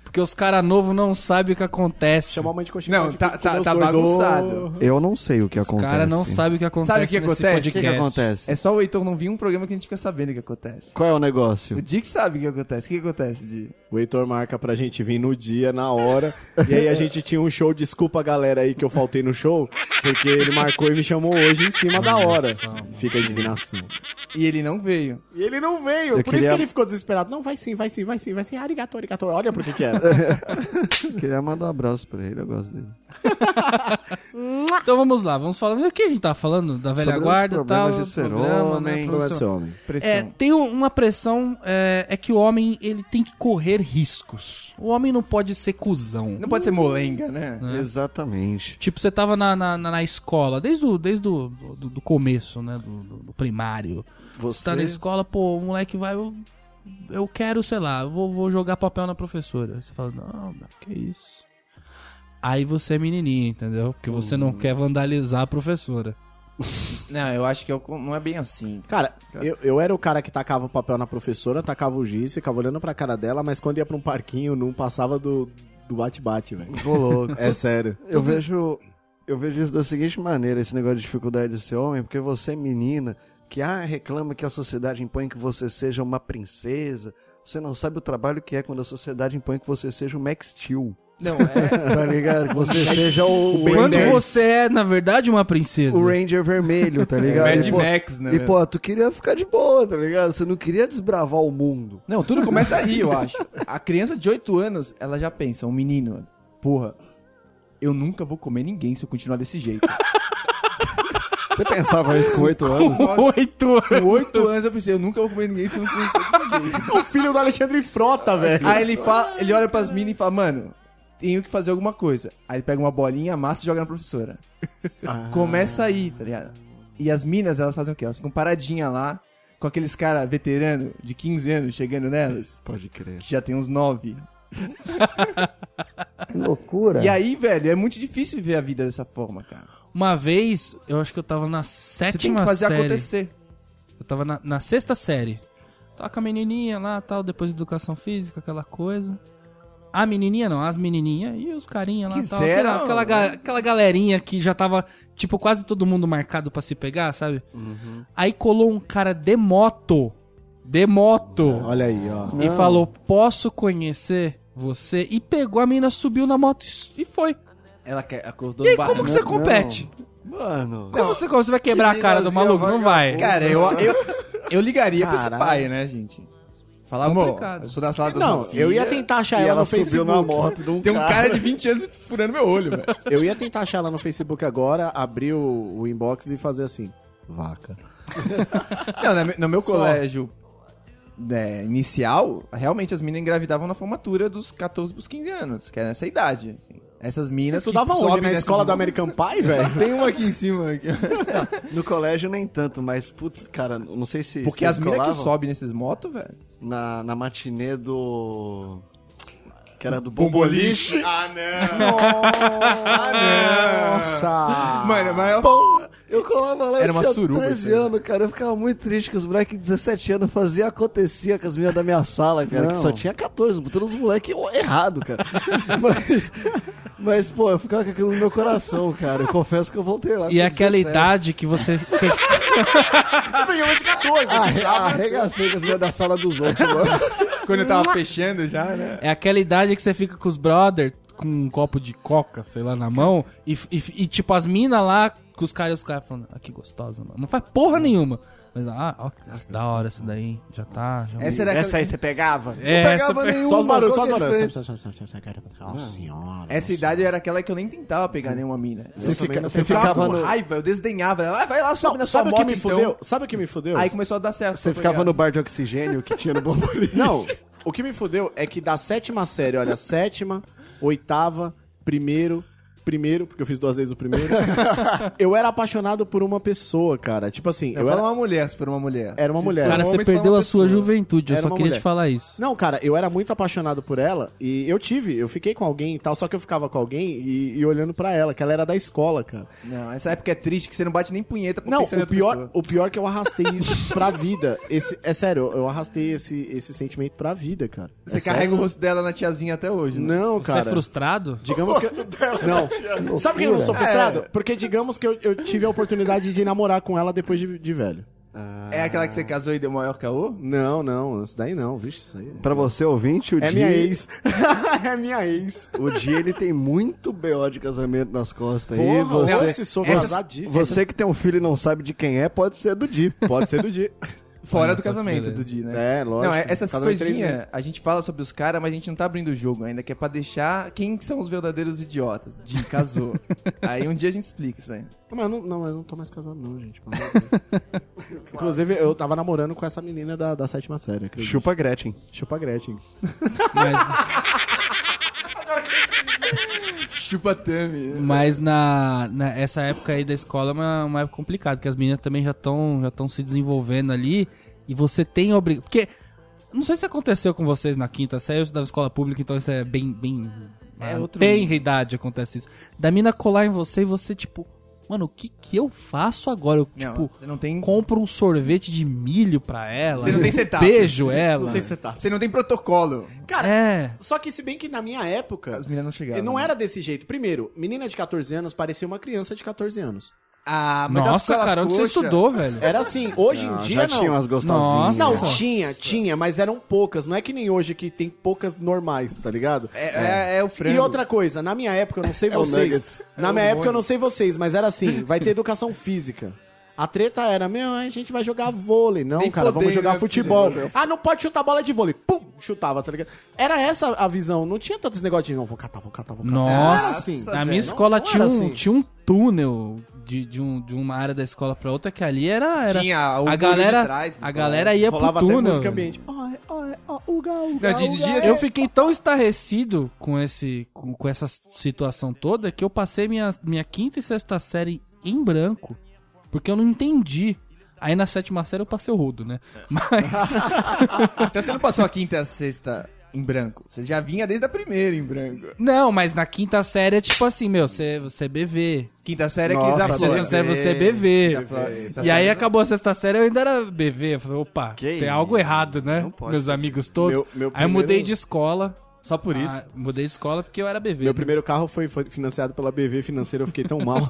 Porque os caras novos não sabem o que acontece.
Chamar a mãe de coxinha.
Não,
de
tá,
comer
tá,
os
tá
dois.
bagunçado.
Eu não sei o que
Os
acontece.
caras não sabem o que acontece
Sabe o que
nesse
acontece?
O que, que
podcast.
acontece?
É só o Heitor não vir um programa que a gente fica sabendo o que acontece.
Qual é o negócio?
[laughs] O Dick sabe o que acontece. O que acontece, Dick?
O Heitor marca pra gente vir no dia, na hora. E aí a gente tinha um show. Desculpa a galera aí que eu faltei no show. Porque ele marcou e me chamou hoje em cima da hora. Fica a indignação.
E ele não veio.
E ele não veio.
Eu
por isso
queria-
que ele ficou desesperado. Não, vai sim, vai sim, vai sim, vai sim. Arigato, arigato. Olha por que que era.
Queria mandar um abraço pra ele, eu gosto dele.
Então vamos lá, vamos falando. O que a gente tá falando? Da velha
Sobre os
guarda e
problemas
tal.
de ser
programa,
homem,
né,
Não [laughs] é do
produção.
seu homem.
Pressão.
É, tem um- uma pressão, é, é que o homem ele tem que correr riscos. O homem não pode ser cuzão.
Não pode ser molenga, né?
Exatamente.
Tipo, você tava na, na, na- na escola, desde o desde do, do, do começo, né? Do, do- do primário. Você
Você
tá na escola, pô, o moleque vai. Eu, eu quero, sei lá, eu vou, vou jogar papel na professora. Aí Você fala, não, meu, que isso.
Uhum.
Aí você é menininha, entendeu? Porque você não quer vandalizar a professora.
Não, eu acho que eu- não é bem assim.
Cara, eu, eu era o cara que tacava o papel na professora, tacava o giz, ficava olhando pra cara dela, mas quando ia pra um parquinho, não passava do do bate-bate, velho.
Ô,
[laughs]
louco.
É sério.
Eu vejo, eu vejo isso da seguinte maneira, esse negócio de dificuldade de ser homem, porque você, é menina, que ah, reclama que a sociedade impõe que você seja uma princesa, você não sabe o trabalho que é quando a sociedade impõe que você seja um Max Steel.
[laughs] Não, é.
Tá ligado? Que você seja o, o,
Quando você é, na verdade, uma princesa.
o Ranger vermelho, tá ligado?
é
Mad
e, pô,
Max, né?
e,
velho?
pô, tu queria ficar de boa, tá ligado? Você não queria desbravar o mundo.
Não, tudo começa aí, eu acho. A criança de 8 anos, ela já pensa, um menino, porra, eu nunca vou comer ninguém se eu continuar desse jeito.
Você pensava isso com oito anos?
Oito anos.
Com 8 anos eu pensei, eu nunca vou comer ninguém se eu não continuar desse jeito.
O filho do Alexandre Frota,
[laughs]
velho.
Aí ele fala, ele olha pras minas e fala, mano, tenho que fazer alguma coisa. Aí ele pega uma bolinha, amassa e joga na professora.
Ah.
Começa aí, tá ligado? E as minas, elas fazem o quê? Elas ficam paradinhas lá, com aqueles cara veterano de 15 anos chegando nelas,
Pode crer.
que já tem uns 9.
Que loucura.
E aí, velho, é muito difícil ver a vida dessa forma, cara.
Uma vez, eu acho que eu tava na sétima
Você tem que fazer
série.
acontecer.
Eu tava na, na sexta série. Tava com a menininha lá, tal, depois de educação física, aquela coisa. A menininha não, as menininhas e os carinha lá,
Que
tal.
zero,
Aquela, aquela, ga- aquela galerinha que já tava, tipo, quase todo mundo marcado pra se pegar, sabe? Aí colou um cara de moto, de moto,
Olha aí, ó.
e falou, posso conhecer você? E pegou a menina, subiu na moto e foi.
Ela que- acordou
E aí,
no
como
barranco.
que você compete?
Mano.
Como você, como você vai quebrar a cara do
vazia,
maluco? Não vai.
Cara, eu, eu, eu ligaria pros
Caralho.
pai, né, gente? Falar, amor,
Complicado.
eu sou da sala da
Não,
sua
eu ia
filha."
tentar achar
E
ela,
ela
no
subiu
Facebook.
na moto de um
Tem um
cara.
cara de 20 anos me furando meu olho, velho.
Eu ia tentar achar ela no Facebook agora, abrir o, o inbox e fazer assim. Vaca.
Não, na me- no meu colégio né, inicial, realmente as minas engravidavam na formatura dos 14 pros 15 anos, que é nessa idade. assim. Essas
Você
minas. que
estudava onde? né?
sobem
Na
nessas-
escola do American Pie, velho?
Tem uma aqui em cima. aqui.
No colégio nem tanto, mas, putz, cara, não sei se.
Porque
se
as minas que
descolavam
sobem nesses motos, velho.
Na, na matinê do. Que era do Bomboliche.
[laughs] Nossa!
Mano, mas eu-
Eu colava lá,
Era
eu
uma
tinha
suruba,
13
isso aí.
anos, cara. Eu ficava muito triste que os moleques de 17 anos faziam acontecia com as meninas da minha sala, cara. Que só tinha 14, botando os moleques errado,
[laughs]
cara. mas, mas, pô, eu ficava com aquilo no meu coração, cara. Eu confesso que eu voltei lá.
E é
com
aquela
17.
idade que você- [laughs] você
Arre- Arregacei com as meninas da sala dos
[laughs]
outros, mano.
quando eu tava fechando já, né?
É aquela idade que você fica com os brother com um copo de coca, sei lá, na mão, e, e- e, tipo, as minas lá, com os caras, os caras falando, ah, que gostosa, mano. Não faz porra nenhuma. Mas, ah, ó, que da hora essa daí, hein? já tá, já...
Essa era aquela-
você pegava?
é,
Pegava
essa-
nenhuma.
Só os barulhos, só os
qualquer
barulhos.
efeito.
Nossa senhora.
Essa idade era aquela que eu nem tentava pegar nenhuma mina. Eu,
também
fica-
não
eu ficava,
ficava
com
no-
raiva, eu desdenhava. ela, "Ah, vai lá, sobe
Não,
na sua
sabe o
moto,
que me
então."
fudeu? Sabe o que me fudeu?
Aí começou a dar certo.
Você ficava no bar de oxigênio que tinha no [laughs] Bomboliche.
Não, o que me fudeu é que da sétima série, olha, sétima, oitava, primeiro, primeiro, porque eu fiz duas vezes o primeiro, [laughs] eu era apaixonado por uma pessoa, cara. Tipo assim, eu,
Eu era
era, É.
uma mulher, se for uma mulher.
era uma mulher.
Cara,
um
você
homem, você
perdeu
é
a
uma
sua
pessoa.
juventude, eu
Era
só
uma
queria te
mulher.
falar isso.
Não, cara, eu era muito apaixonado por ela e eu tive, eu fiquei com alguém e tal, só que eu ficava com alguém e, e olhando pra ela, que ela era da escola, cara.
Não, essa época é triste que você não bate nem punheta pra
Não,
pensar em
o
outra
pior,
pessoa.
o pior é que eu arrastei isso pra vida. Esse, é sério, eu- eu arrastei esse, esse sentimento pra vida, cara.
Você
É
carrega
sério.
o rosto dela na tiazinha até hoje, né?
Não,
Você
cara.
é frustrado?
Digamos que. é Não. Sabe por que eu não sou frustrado? Porque digamos que eu, eu tive a oportunidade de namorar com ela depois de, de velho.
É aquela que você casou e deu maior caô?
Não, não, isso daí não, vixe, isso aí.
Pra você, ouvinte, o
É
dia...
minha ex. [laughs] é minha ex.
O dia ele tem muito BO de casamento nas costas aí.
Porra,
Você,
eu se
tá
sou casadíssimo.
você que tem um filho e não sabe de quem é, pode ser do Di.
Pode ser do dia.
Fora
Olha
do
só que
casamento
beleza.
do Di, né?
É, lógico.
Não, é- essas
Casamento em três meses.
coisinhas, a gente fala sobre os caras, mas a gente não tá abrindo o jogo ainda, que é pra deixar quem que são os verdadeiros idiotas. Di
[laughs]
casou. aí um dia a gente explica isso aí.
Não, mas eu não, não, eu não tô mais casado, não, gente. pelo amor de Deus. [laughs] Inclusive, eu tava namorando com essa menina da, da sétima série. acredito.
Chupa Gretchen.
Chupa Gretchen.
Mas,
Chupa Tami.
mas na, na- essa época aí da escola é uma, uma época complicada, porque as meninas também já estão já tão se desenvolvendo ali, e você tem obrigação... Porque, não sei se aconteceu com vocês na quinta série, eu estudava escola pública, então isso é bem... ah, bem
É outro
tem idade acontece isso. Da mina colar em você e você, tipo, mano, o que que eu faço agora? Eu,
Não,
tipo,
você não tem-
compro um sorvete de milho pra ela.
Você não tem
eu
setup.
Beijo ela.
Não tem setup.
Você não tem protocolo.
Cara,
É.
só que se bem que na minha época.
As né? meninas não chegavam.
Não era desse jeito. Primeiro, menina de 14 anos parecia uma criança de 14 anos.
Ah, mas elas
Nossa,
ficavam
cara,
as
onde você
coxas.
estudou, velho?
Era assim. Hoje em
Ah,
dia,
já tinha
não.
umas gostosinhas.
Nossa.
Não, tinha, tinha, mas eram poucas. Não é que nem hoje que tem poucas normais, tá ligado?
É, é, é o frango.
E outra coisa, na minha época, eu não sei
o
vocês.
Nuggets.
na minha época, eu não sei vocês, mas era assim: vai ter educação física. A treta era, meu, a gente vai jogar vôlei. Não,
Nem
cara, vamos
fodendo,
jogar
né,
futebol. Ah, não pode chutar bola de vôlei. Pum, chutava, tá ligado? Era essa a visão. Não tinha tantos negócios de, não, vou catar, vou catar, vou catar.
Nossa,
Era assim.
na
velho,
minha escola
não
tinha, um,
era assim.
tinha um túnel de, de, um- de uma área da escola pra outra que ali era. era
Tinha o
a
muro
galera,
de trás do
a galera ia pro
Rolava até
túnel.
música ambiente. Ó, ó, ó, uga, uga,
Não, de- de
uga.
dia-
um
assim.
Eu fiquei tão estarrecido com, esse, com, com essa situação toda que eu passei minha, minha quinta e sexta série em branco. Porque eu não entendi. Aí na sétima série eu passei o rudo, né?
É.
Mas. [laughs]
Então você não passou a quinta e a sexta em branco. Você já vinha desde a primeira em branco.
Não, mas na quinta série é tipo assim, meu, você, você é BV.
Quinta série é que
Nossa,
eles
Na sexta
afloram.
série você é BV.
Essa
E aí acabou a sexta série, eu ainda era BV. Eu falei, opa,
Que
tem algo errado, né?
Não pode
Meus
ser.
amigos todos.
Meu- meu
Aí eu mudei
primeiro-
de escola.
Só por isso.
Ah, mudei de escola porque eu era né? BV.
Meu primeiro carro foi, foi financiado pela BV financeira, eu fiquei tão mal.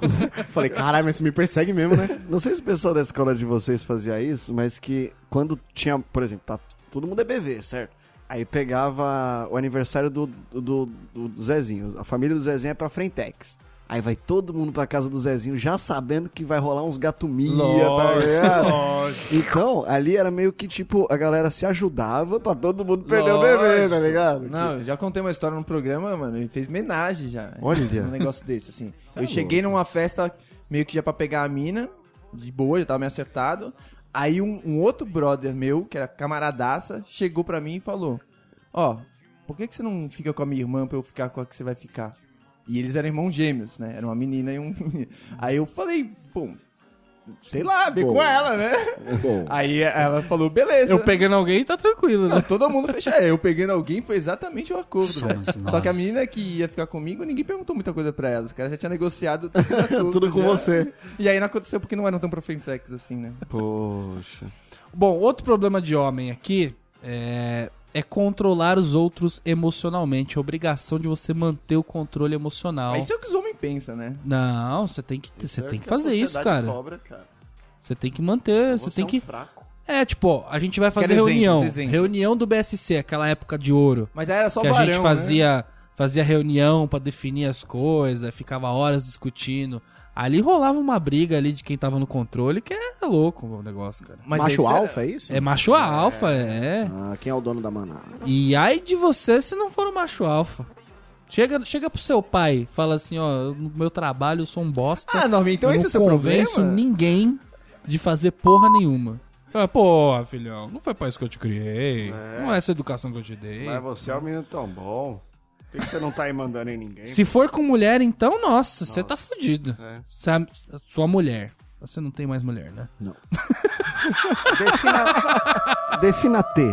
Falei, caralho, mas você me persegue mesmo, né?
Não sei se o pessoal da escola de vocês fazia isso, mas que quando tinha, por exemplo, tá, todo mundo é BV, certo? Aí pegava o aniversário do, do, do- do Zezinho. A família do Zezinho é pra Frentex. Aí vai todo mundo pra casa do Zezinho já sabendo que vai rolar uns gatomia, tá ligado? Então, ali era meio que tipo, a galera se ajudava pra todo mundo perder o bebê, tá ligado?
Não, eu já contei uma história num programa, mano, ele fez homenagem já.
Olha.
[laughs] Um negócio desse, assim. eu cheguei numa festa meio que já pra pegar a mina, de boa, já tava meio acertado. Aí um, um outro brother meu, que era camaradaça, chegou pra mim e falou: Ó, por que, que você não fica com a minha irmã pra eu ficar com a que você vai ficar? E eles eram irmãos gêmeos, né? Era uma menina e um. Aí eu falei, bom, sei lá, vê com ela, né?
Bom.
Aí ela falou, beleza.
Eu pegando alguém, tá tranquilo,
Não,
né?
todo mundo fechou. É, eu pegando alguém foi exatamente o acordo, velho. Só que a menina que ia ficar comigo, ninguém perguntou muita coisa pra ela. Os caras já tinham negociado tudo, os acordos,
Tá Tudo com
já.
você.
E aí não aconteceu porque não eram tão pro frentex assim, né?
Poxa.
[laughs] Bom, outro problema de homem aqui é, é controlar os outros emocionalmente. A obrigação de você manter o controle emocional.
Mas isso é o que os homens pensam, né?
Não, você tem que, você tem que fazer isso, cara. Você tem que manter, você, tem que.
fraco.
É, tipo, ó, a gente vai fazer
Quero exemplos,
reunião.
exemplos.
Reunião do BSC, aquela época de ouro.
Mas aí era só
que
o
a
barão, né?
gente fazia, fazia reunião pra definir as coisas, ficava horas discutindo. Ali rolava uma briga ali de quem tava no controle, que é louco o negócio, cara.
Né? Mas
Macho
esse era-
alfa, é isso?
É macho alfa, é.
Ah, quem é o dono da maná?
E ai de você se não for um macho alfa. Chega, chega pro seu pai, fala assim, ó, no meu trabalho eu sou um bosta.
Ah, Norminha, então
eu
esse é
não
o seu problema?
convenço ninguém de fazer porra nenhuma. Ah, Pô, filhão, não foi pra isso que eu te criei. Não é essa educação que eu te dei.
Mas você é um menino tão bom. Por que que você não tá aí mandando em ninguém?
Se for com mulher, então, nossa, você tá fudido.
É.
Você é a- sua mulher. Você não tem mais mulher, né?
[laughs] Defina T.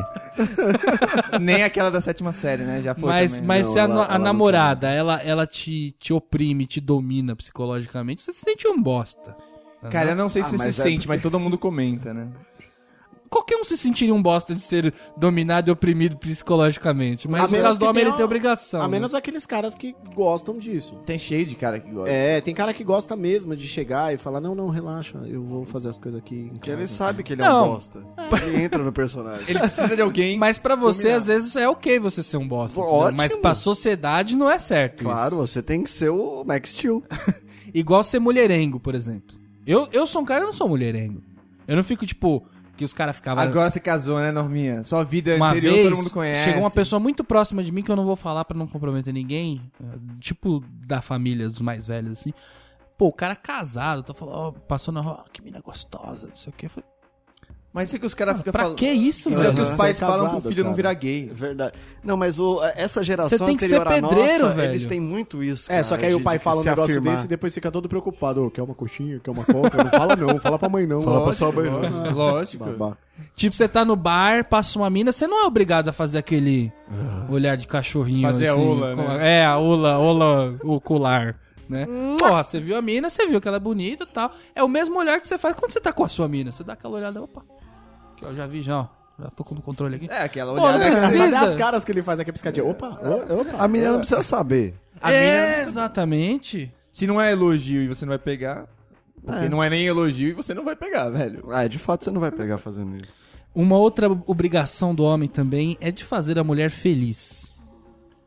Nem aquela da sétima série, né? Já foi
mas
também.
mas
Não.
se a, no- a namorada, ela, ela te, te oprime, te domina psicologicamente, você se sente um bosta.
Cara, eu não sei se
mas
se
é
sente, mas todo mundo comenta, né?
Qualquer um se sentiria um bosta de ser dominado e oprimido psicologicamente. Mas no caso do homem, ele
um-
tem obrigação.
A
né?
menos aqueles caras que gostam disso.
Tem cheio de cara que gosta.
É, tem cara que gosta mesmo de chegar e falar, não, não, relaxa, eu vou fazer as coisas aqui. em
Porque
casa.
ele sabe que ele é
Não.
um bosta. Ele entra no personagem. [laughs]
Ele precisa de alguém.
Mas pra você, às vezes, é ok você ser um bosta.
Ótimo.
entendeu? Mas pra sociedade, não é certo isso.
Claro, você tem que ser o Max [laughs] Steel.
Igual ser mulherengo, por exemplo. Eu, eu sou um cara, eu não sou mulherengo. Eu não fico, tipo, que os caras ficavam...
Agora você casou, né, Norminha? Sua vida
uma
anterior
vez,
todo mundo conhece.
chegou uma pessoa muito próxima de mim, que eu não vou falar pra não comprometer ninguém, eh, tipo da família, dos mais velhos, assim. Pô, o cara casado, tá falando, ó, passou na rua, ó, que mina gostosa, não sei o quê. Eu falei,
Mas isso que os caras ficam
pra
falando.
que isso,
Isso é o que
velho?
os pais
Você é
falam pro
casado,
filho não
cara.
virar gay.
É Verdade. Não, mas o- é, essa geração
Você tem que
anterior
ser pedreiro,
à nossa,
velho.
eles têm muito isso.
É, só que aí o pai fala um negócio desse e depois fica todo preocupado. Ô, quer uma coxinha, quer uma coca? Não fala não, fala pra mãe não.
Fala pra sua
Lógico,
mãe,
né?
não.
lógico.
Lógico.
Babaca.
Tipo, você tá no bar, passa uma mina, você não é obrigado a fazer aquele olhar de cachorrinho.
Ah. Fazer a
assim,
ola,
com-
né?
É, a ola, ola ocular. né? Porra, você viu a mina, você viu que ela é bonita e tal. É o mesmo olhar que você faz quando você tá com a sua mina. Você dá aquela olhada, opa. Que eu já vi já, ó. Já tô com o controle aqui.
É, aquela
Pô, não
olhada.
Cadê as
precisa.
caras que ele faz aqui piscadinha? Opa, o- opa. é."
A menina não precisa saber.
A mina-
É, exatamente.
Se não é elogio e você não vai pegar. Porque
É.
não é nem elogio e você não vai pegar, velho.
Ah, de fato você não vai pegar fazendo isso.
Uma outra obrigação do homem também é de fazer a mulher feliz.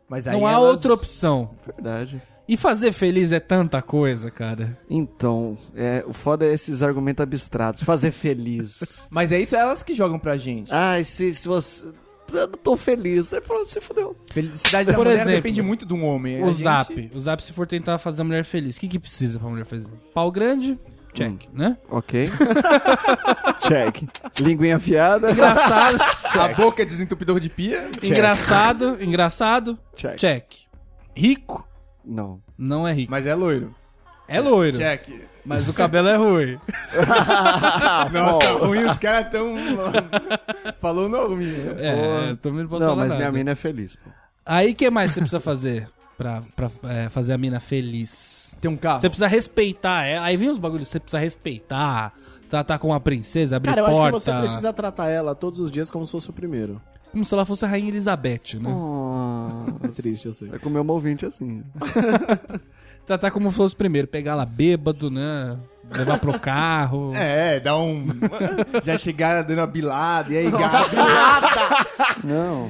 Mas
não há
elas-
outra opção.
É Verdade.
E fazer feliz é tanta coisa, cara.
Então, é, o foda é esses argumentos abstratos. Fazer feliz.
Mas é isso elas que jogam pra
É.
gente.
[laughs] Ai, se, se você. Eu não tô feliz. Aí pronto, se fudeu.
Felicidade da
Por
mulher
exemplo,
depende muito de um homem. A
O
gente-
zap. O zap, se for tentar fazer a mulher feliz, o que, que precisa pra mulher feliz? Pau grande, check,
Hum.
né?
Ok. [laughs] Check. Linguinha afiada.
[laughs] Engraçado,
A boca é desentupidor de pia.
engraçado, engraçado,
Check.
check. Rico,
Não.
não é rico.
Mas é loiro.
é loiro,
Check.
mas o cabelo
[laughs]
é ruim.
Ah, Nossa, ruim, os caras tão. Falou nome.
É, eu também não posso
Não,
falar
mas
nada.
minha mina é feliz, pô.
Aí, o que mais você precisa fazer pra, pra é, fazer a mina feliz?
Tem um carro.
Você precisa respeitar ela. Aí vem os bagulhos, você precisa respeitar, tratar como uma princesa, abrir
Cara, eu acho
porta.
que você precisa tratar ela todos os dias como se fosse o primeiro.
Como se ela fosse a Rainha Elizabeth, né?
É triste, eu sei.
É com o meu ouvinte assim.
Tratar Tá, como se fosse o primeiro, pegar ela bêbado, né? Levar pro
[laughs]
carro.
É, dá um. Já chegaram dando uma bilada, e aí, gato.
Não.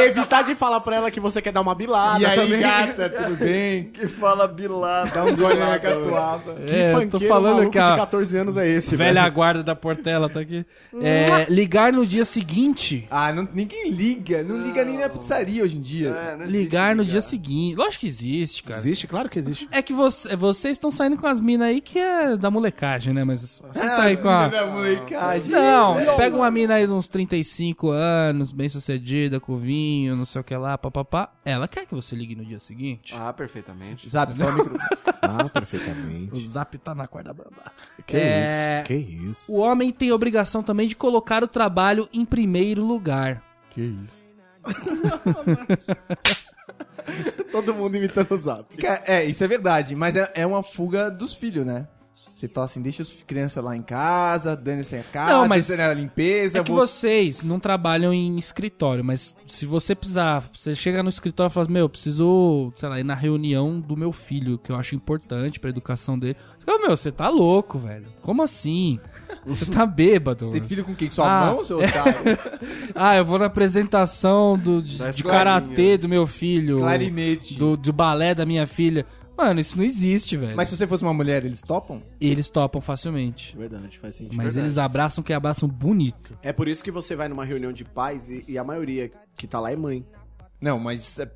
Evitar de falar pra ela que você quer dar uma bilada
E aí,
também.
gata, tudo bem?
Que fala bilado.
Dá um gole na catuaba.
Que
É, eu tô
funkeiro
falando
maluco
que a-
de 14 anos é esse,
Velha
velho?
guarda da Portela tá aqui. É, ligar no dia seguinte.
[laughs] Ah, não- ninguém liga. Não É, liga nem na pizzaria hoje em dia.
Ligar no dia seguinte. Lógico que existe, cara.
Existe? Claro que existe.
É que você- vocês estão saindo com as minas aí que é da molecagem, né? Mas você sai com a.
Da molecagem.
Não, você pega uma mina aí de uns 35 anos, bem sucedida, com vinho, não sei o que lá, papapá. Ela quer que você ligue no dia seguinte.
Ah, perfeitamente.
Sabe, fala micro- [laughs]
Ah,
O
perfeitamente.
zap tá na corda bamba.
Que
É.
isso? Que isso?
O homem tem obrigação também de colocar o trabalho em primeiro lugar.
Que isso? [laughs] Todo mundo imitando o zap.
Cara, É, isso é verdade, mas é, é uma fuga dos filhos, né? Você fala assim, deixa as crianças lá em casa, dane-se a casa,
Não, mas-
dane-se a limpeza,
É que
vou-
vocês não trabalham em escritório, mas se você precisar, você chega no escritório e fala assim, meu, eu preciso, sei lá, ir na reunião do meu filho, que eu acho importante pra educação dele. Você fala, meu, você tá louco, velho. Como assim? Você
[laughs]
tá bêbado.
Tem filho com quem? Com Sua
Ah.
mão, seu otário?
Ah, eu vou na apresentação do, de, de karatê [laughs] do meu filho.
Tá Clarinete.
Do, do balé da minha filha. Mano, isso não existe, velho.
Mas se você fosse uma mulher, eles topam?
Eles topam facilmente.
Verdade, faz
É
sentido.
Mas eles abraçam que abraçam bonito.
É por isso que você vai numa reunião de pais e, e a maioria que tá lá é mãe.
Não, mas... é-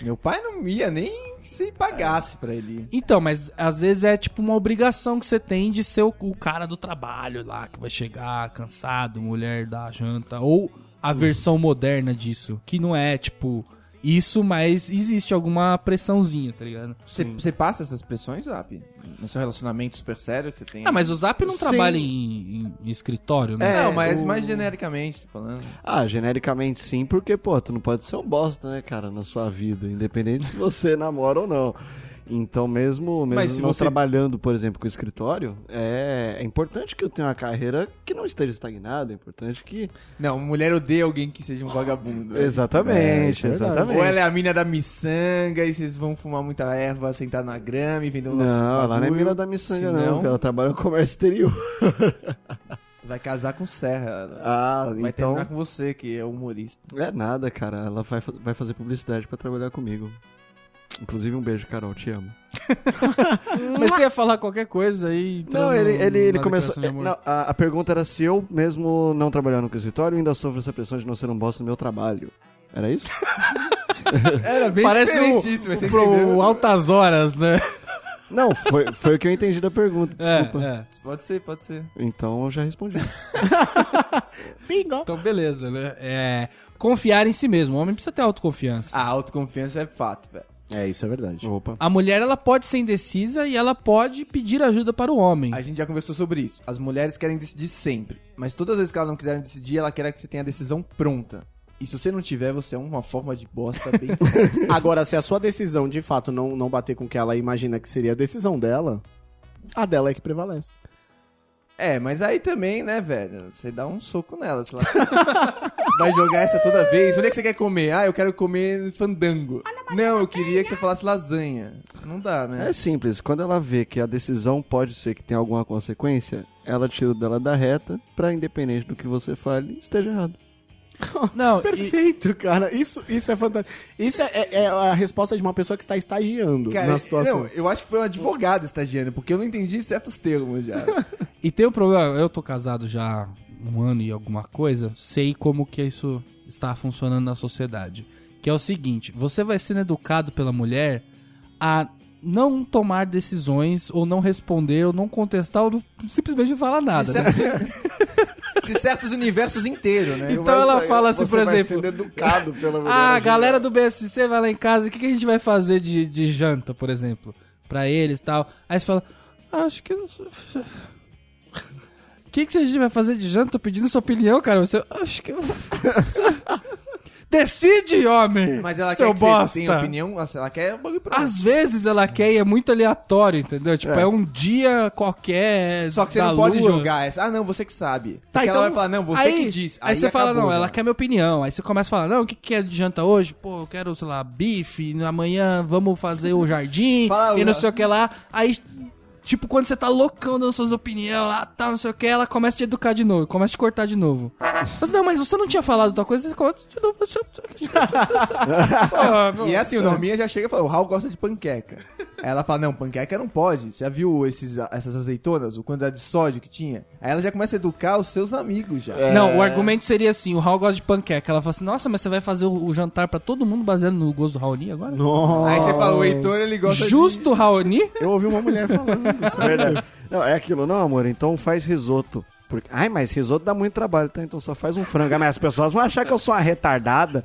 Meu pai não ia nem se pagasse pra ele. ir.
Então, mas às vezes é tipo uma obrigação que você tem de ser o, o cara do trabalho lá, que vai chegar cansado, mulher da janta. Ou
Uhum.
a versão moderna disso, que não é tipo isso, mas existe alguma pressãozinha, tá ligado?
Você, você passa essas pressões, Zap? No seu relacionamento super sério que você tem?
Ah, mas o Zap não trabalha em, em- em escritório, né?
Não,
É,
mas
o-
mais genericamente, tô falando.
Ah, genericamente sim, porque, pô, tu não pode ser um bosta, né, cara, na sua vida, independente se você [laughs] namora ou não. Então, mesmo, mesmo
Mas se
não
você-
trabalhando, por exemplo, com escritório, é, é importante que eu tenha uma carreira que não esteja estagnada, é importante que...
Não, mulher odeia alguém que seja um vagabundo. né?
Exatamente,
Ou ela é a mina da miçanga e vocês vão fumar muita erva, sentar na grama e vender um
Não, ela não é
bagulho.
mina da miçanga,
Se
não, porque ela trabalha no comércio exterior.
[laughs] Vai casar com Serra.
Ah,
vai
então...
terminar com você, que é humorista.
É nada, cara. Ela vai, fa- vai fazer publicidade pra trabalhar comigo. Inclusive, um beijo, Carol. Te amo.
Ah, Mas você ia falar qualquer coisa aí. então,
não, ele, ele,
na
ele
declaração
começou.
de
é,
amor.
não, a, a pergunta era se eu, mesmo não trabalhando com o escritório, ainda sofro essa pressão de não ser um bosta no meu trabalho. Era isso?
Era bem
Parece um,
diferentíssimo, você entendeu?
pro Altas Horas, né?
[laughs] não, foi, foi o que eu entendi da pergunta, desculpa.
É, é.
Pode ser, pode ser.
Então eu já [laughs] respondi.
Então, beleza, né? É, confiar em si mesmo. O homem precisa ter autoconfiança.
A autoconfiança é fato, velho.
É, isso é verdade.
Opa.
A mulher, ela pode ser indecisa e ela pode pedir ajuda para o homem.
A gente já conversou sobre isso. As mulheres querem decidir sempre. Mas todas as vezes que elas não quiserem decidir, ela quer que você tenha a decisão pronta. E se você não tiver, você é uma forma de bosta bem.
[laughs]
[laughs]
Agora, se a sua decisão de fato não, não bater com o que ela imagina que seria a decisão dela, a dela é que prevalece.
é, mas aí também, né, velho? Você dá um soco nela, sei lá. Vai jogar essa toda vez. Onde é que você quer comer? Ah, eu quero comer fandango. Não, eu queria que você falasse lasanha. Não dá, né?
É simples, quando ela vê que a decisão pode ser que tem alguma consequência, ela tira o dela da reta pra, independente do que você fale, esteja errado.
Não, e,
Perfeito, cara. Isso, isso é fantástico. Isso é, é- é a resposta de uma pessoa que está estagiando
Cara,
na situação.
não, eu acho que foi um advogado estagiário, porque eu não entendi certos termos já.
e tem um problema, eu tô casado já há um ano e alguma coisa, sei como que isso está funcionando na sociedade. Que é o seguinte, você vai sendo educado pela mulher a não tomar decisões, ou não responder, ou não contestar, ou não- simplesmente não falar nada.
De
né?
certos- [laughs] de certos universos inteiros, né?
Então ela fala assim,
é você
por
vai
exemplo.
sendo educado pela mulher.
[laughs]
né?
Ah, a galera do BSC vai lá em casa, o que, que a gente vai fazer de, de janta, por exemplo? Pra eles e tal. Aí você fala, "Ah, acho que. eu não sou- [laughs] O que, que a gente vai fazer de janta? Tô pedindo sua opinião, cara. Você, acho que. eu- [laughs] Decide, homem!
Mas ela
seu
quer que
bosta.
você tenha opinião, nossa, ela quer um bagulho pra
Às vezes ela quer e é muito aleatório, entendeu? Tipo, é, um dia qualquer.
Só que você
da
não pode
lua.
jogar essa. Ah, não, você que sabe.
Tá,
Tá,
então-
ela vai falar, não, você que diz.
Aí, você fala,
acabou,
não, ela
mano.
quer minha opinião. Aí você começa a falar, não, o que, que é de janta hoje? Pô, eu quero, sei lá, bife, amanhã vamos fazer o
[laughs]
jardim
Fala,
e não
Lula.
sei o que lá. Aí, tipo, quando você tá loucão dando suas opiniões lá, tá, não sei o que, ela começa a te educar de novo, começa a te cortar
[laughs]
de novo. Mas, não, mas você não tinha falado tal coisa, você começa de novo.
[laughs]
Porra, meu-
E é assim, o Norminha já chega e fala, o Raul gosta de panqueca. Aí ela fala, não, panqueca não pode. Você já viu esses, essas azeitonas, o quantidade de sódio que tinha? Aí ela já começa a educar os seus amigos já.
Não, o argumento seria assim: o Raul gosta de panqueca. Ela fala assim: Nossa, mas você vai fazer o, o jantar pra todo mundo baseado no gosto do Raoni agora?
Aí você fala, o Heitor, ele gosta de... [laughs]
Justo Raoni?
Eu ouvi uma
[laughs]
mulher falando isso.
É verdade. Não, é aquilo, não, amor, então faz risoto. Porque, ai, mas risoto dá muito trabalho, tá? Então só faz um frango. Ah, mas as pessoas vão achar que eu sou uma retardada.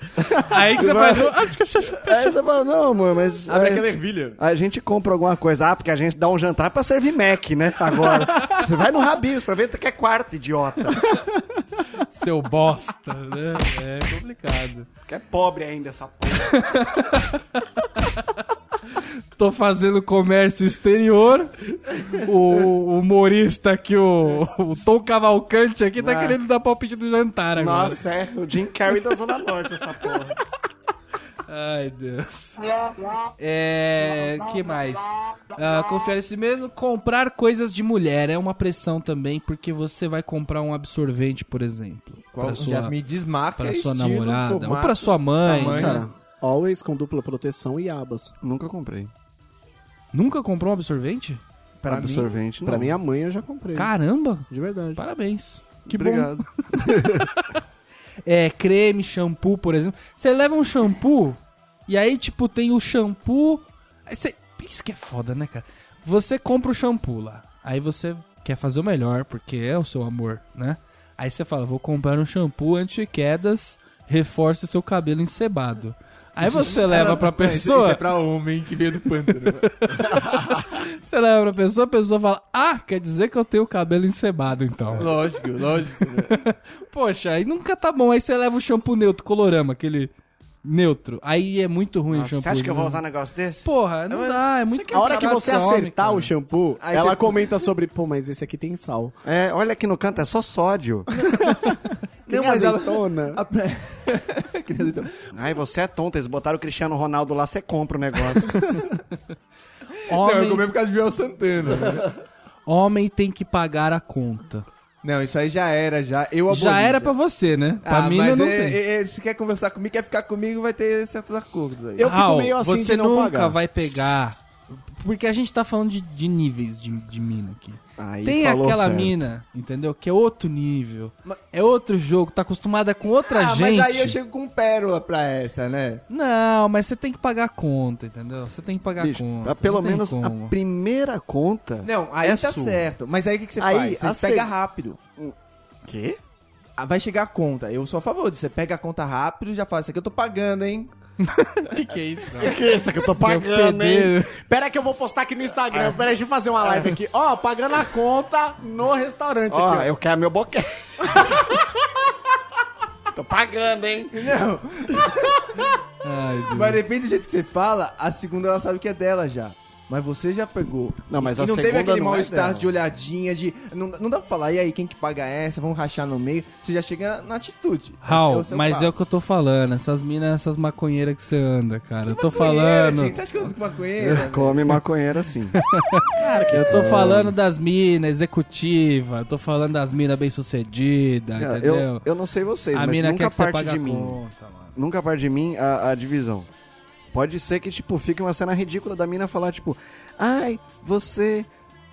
Aí que você
vai-
faz. o-
Aí você fala, não, amor, mas.
Abre
é,
aquela ervilha.
A gente compra alguma coisa, ah, porque a gente dá um jantar pra servir Mac,
[laughs]
né? Agora. Você vai no Rabinhos, aproveita que é quarto, idiota.
Seu bosta, né? É complicado.
Que é pobre ainda essa porra.
[laughs] Tô fazendo comércio exterior. O, o humorista aqui, o, o Tom Cavalcante aqui, tá querendo dar palpite do jantar agora.
Ah. Nossa, é o Jim Carrey da Zona Norte, essa porra.
Ai, Deus. É. que mais? Ah, confiar em si mesmo. Comprar coisas de mulher é uma pressão também, porque você vai comprar um absorvente, por exemplo.
Qual-
pra
Um
já
sua,
me desmarca
pra sua
estilo,
namorada. Ou
formato.
pra sua mãe.
Tamanho.
né?
Cara, always com dupla proteção e abas.
Nunca comprei.
Nunca comprou um absorvente?
Pra mim,
Absorvente, não.
Pra minha mãe eu já comprei.
Caramba!
De verdade.
Parabéns. Que
Obrigado.
bom. É, creme, shampoo, por exemplo. Você leva um shampoo e aí, tipo, tem o shampoo. aí você- Isso que é foda, né, cara? Você compra o shampoo lá. Aí você quer fazer o melhor, porque é o seu amor, né? Aí você fala, vou comprar um shampoo anti-quedas, reforça seu cabelo encebado. Aí você leva pra
Não, isso- Isso
pessoa.
é pra homem que veio do
[laughs]
pântano.
Você leva pra pessoa, a pessoa fala, ah, quer dizer que eu tenho o cabelo encebado, então.
lógico, lógico. né?
[laughs] Poxa, aí nunca tá bom. Aí você leva o shampoo neutro, colorama, aquele neutro. Aí é muito ruim o shampoo.
Você acha que eu vou
né?
usar um negócio desse?
Porra, não dá, é muito
A hora que você acertar o
homem,
shampoo,
Aí
ela
você-
comenta sobre, pô, mas esse aqui tem sal.
É, olha aqui no canto, é só sódio.
Tem
mas ela-
azeitona. [laughs]
Ai, você é tonto, eles botaram o Cristiano Ronaldo lá, você compra o negócio.
cara.
Não,
Homem,
eu comi por causa de Biel Santana. né?
homem tem que pagar a conta.
Não, isso aí já era, já. Eu aboli,
Já era pra você, né? Pra mim
mas
não
é-
tem.
é- é, se quer conversar comigo, quer ficar comigo, vai ter certos acordos aí.
Eu fico
Raul,
meio assim
você
de não
nunca
pagar.
vai pegar. Porque a gente tá falando de, de níveis de, de mina aqui.
Aí
Tem
falou
aquela
certo.
mina, entendeu? Que é outro nível. É outro jogo, tá acostumada com outra
ah,
gente.
mas aí eu chego com pérola pra essa, né?
Não, mas você tem que pagar a conta, entendeu? Você tem que pagar
Bicho,
a conta.
ah, pelo
não tem
menos
como.
[laughs] a primeira conta.
Não, aí
é
tá
sua.
certo. Mas aí o que, que você
Aí,
faz? Você
aceita.
pega rápido.
Quê?
Ah, Vai chegar a conta. Eu sou a favor disso. Você pega a conta rápido e já fala, isso aqui eu tô pagando, hein?
Que que é isso?
Que que é isso que eu tô pagando, hein?
Pedreiro.
Pera que eu vou postar aqui no Instagram. Pera, deixa eu fazer uma live aqui. Ó, pagando a conta no restaurante
Ó,
aqui.
eu quero meu boquete. tô
pagando, hein?
Não. Mas depende do jeito que você fala, a segunda ela sabe que é dela já. Mas você já pegou.
Não, mas
e
a
não teve
segunda
aquele
não é
mal-estar
dela.
de olhadinha, de. Não, não dá pra falar, e aí, quem que paga essa? Vamos rachar no meio. Você já chega na, na atitude. É
Raul,
o seu
mas
papo.
é o que eu tô falando. Essas minas, essas maconheiras que você anda, cara. eu tô
Maconheira,
falando.
gente, Você acha que eu uso maconheira?
Come maconheira assim.
Eu tô falando das minas executiva, eu tô falando das minas bem-sucedidas,
Cara,
entendeu?
eu, eu não sei vocês,
a
mas
mina
nunca
quer que você
parte
pague
de
a
mim.
conta, mano.
Nunca parte de mim a, a divisão. Pode ser que, tipo, fique uma cena ridícula da mina falar, tipo, ai, você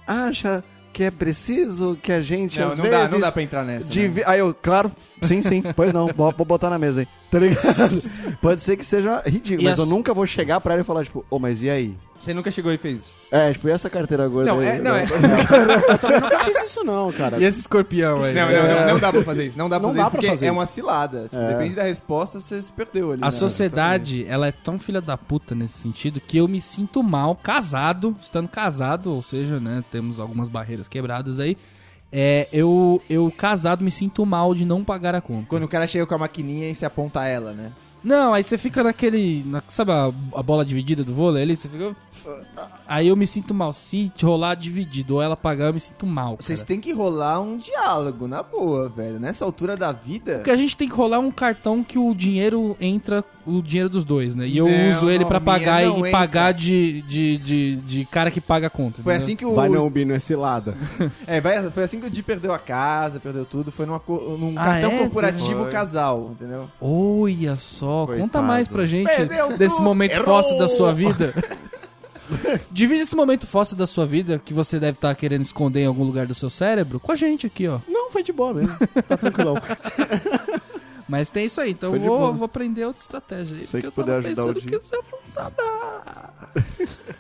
acha que é preciso que a gente às vezes
pra entrar nessa.
Divi- Aí eu, claro, sim, sim, pois não, vou, vou botar na mesa aí, tá ligado? Pode ser que seja ridículo,
E
mas eu
as-
nunca vou chegar pra ela e falar, tipo, ô, mas e aí?
Você nunca chegou e fez isso.
É, tipo, e essa carteira gorda
Não,
aí? né?
é, não, é.
Eu nunca [laughs] fiz isso, não, cara.
E esse escorpião aí? né?
Não, não, não, não dá pra fazer isso. Não dá pra
Não
fazer
dá
isso,
pra
porque
fazer
é
isso.
uma cilada. Tipo, Depende da resposta, você se perdeu ali.
A
né?
sociedade, ela é tão filha da puta nesse sentido que eu me sinto mal, casado, estando casado, ou seja, né, temos algumas barreiras quebradas aí. É, eu, eu casado me sinto mal de não pagar a conta.
Quando o cara chega com a maquininha e você aponta ela, né?
Não, aí você fica naquele. na- sabe a, a bola dividida do vôlei ali? Você fica. Aí eu me sinto mal. Se rolar dividido ou ela pagar, eu me sinto mal.
Vocês
Cara.
têm que rolar um diálogo, na boa, velho. Nessa altura da vida.
Porque a gente tem que rolar um cartão que o dinheiro entra, o dinheiro dos dois, né? E eu
Não,
uso ele
não,
pra
minha
pagar
não
e
entra.
pagar de, de, de, de cara que paga a conta.
Foi
entendeu?
assim que o.
Vai não, Bino, é cilada.
É, vai- foi assim que o Di perdeu a casa, perdeu tudo. Foi numa co- num
Ah,
cartão
é?
corporativo casal, entendeu?
Olha só, conta
Coitado.
mais pra gente
Perdeu
desse
tudo.
momento
Errou.
fóssil da sua vida. [laughs] Divide esse momento fóssil da sua vida, que você deve estar querendo esconder em algum lugar do seu cérebro, com a gente aqui, ó.
Não, foi de boa mesmo. Tá tranquilão.
Mas tem isso aí, então
Foi
eu
de
vou,
boa.
vou aprender outra estratégia aí.
Sei
porque
que
eu tava
puder ajudar o
pensando
Dinho.
que isso ia funcionar.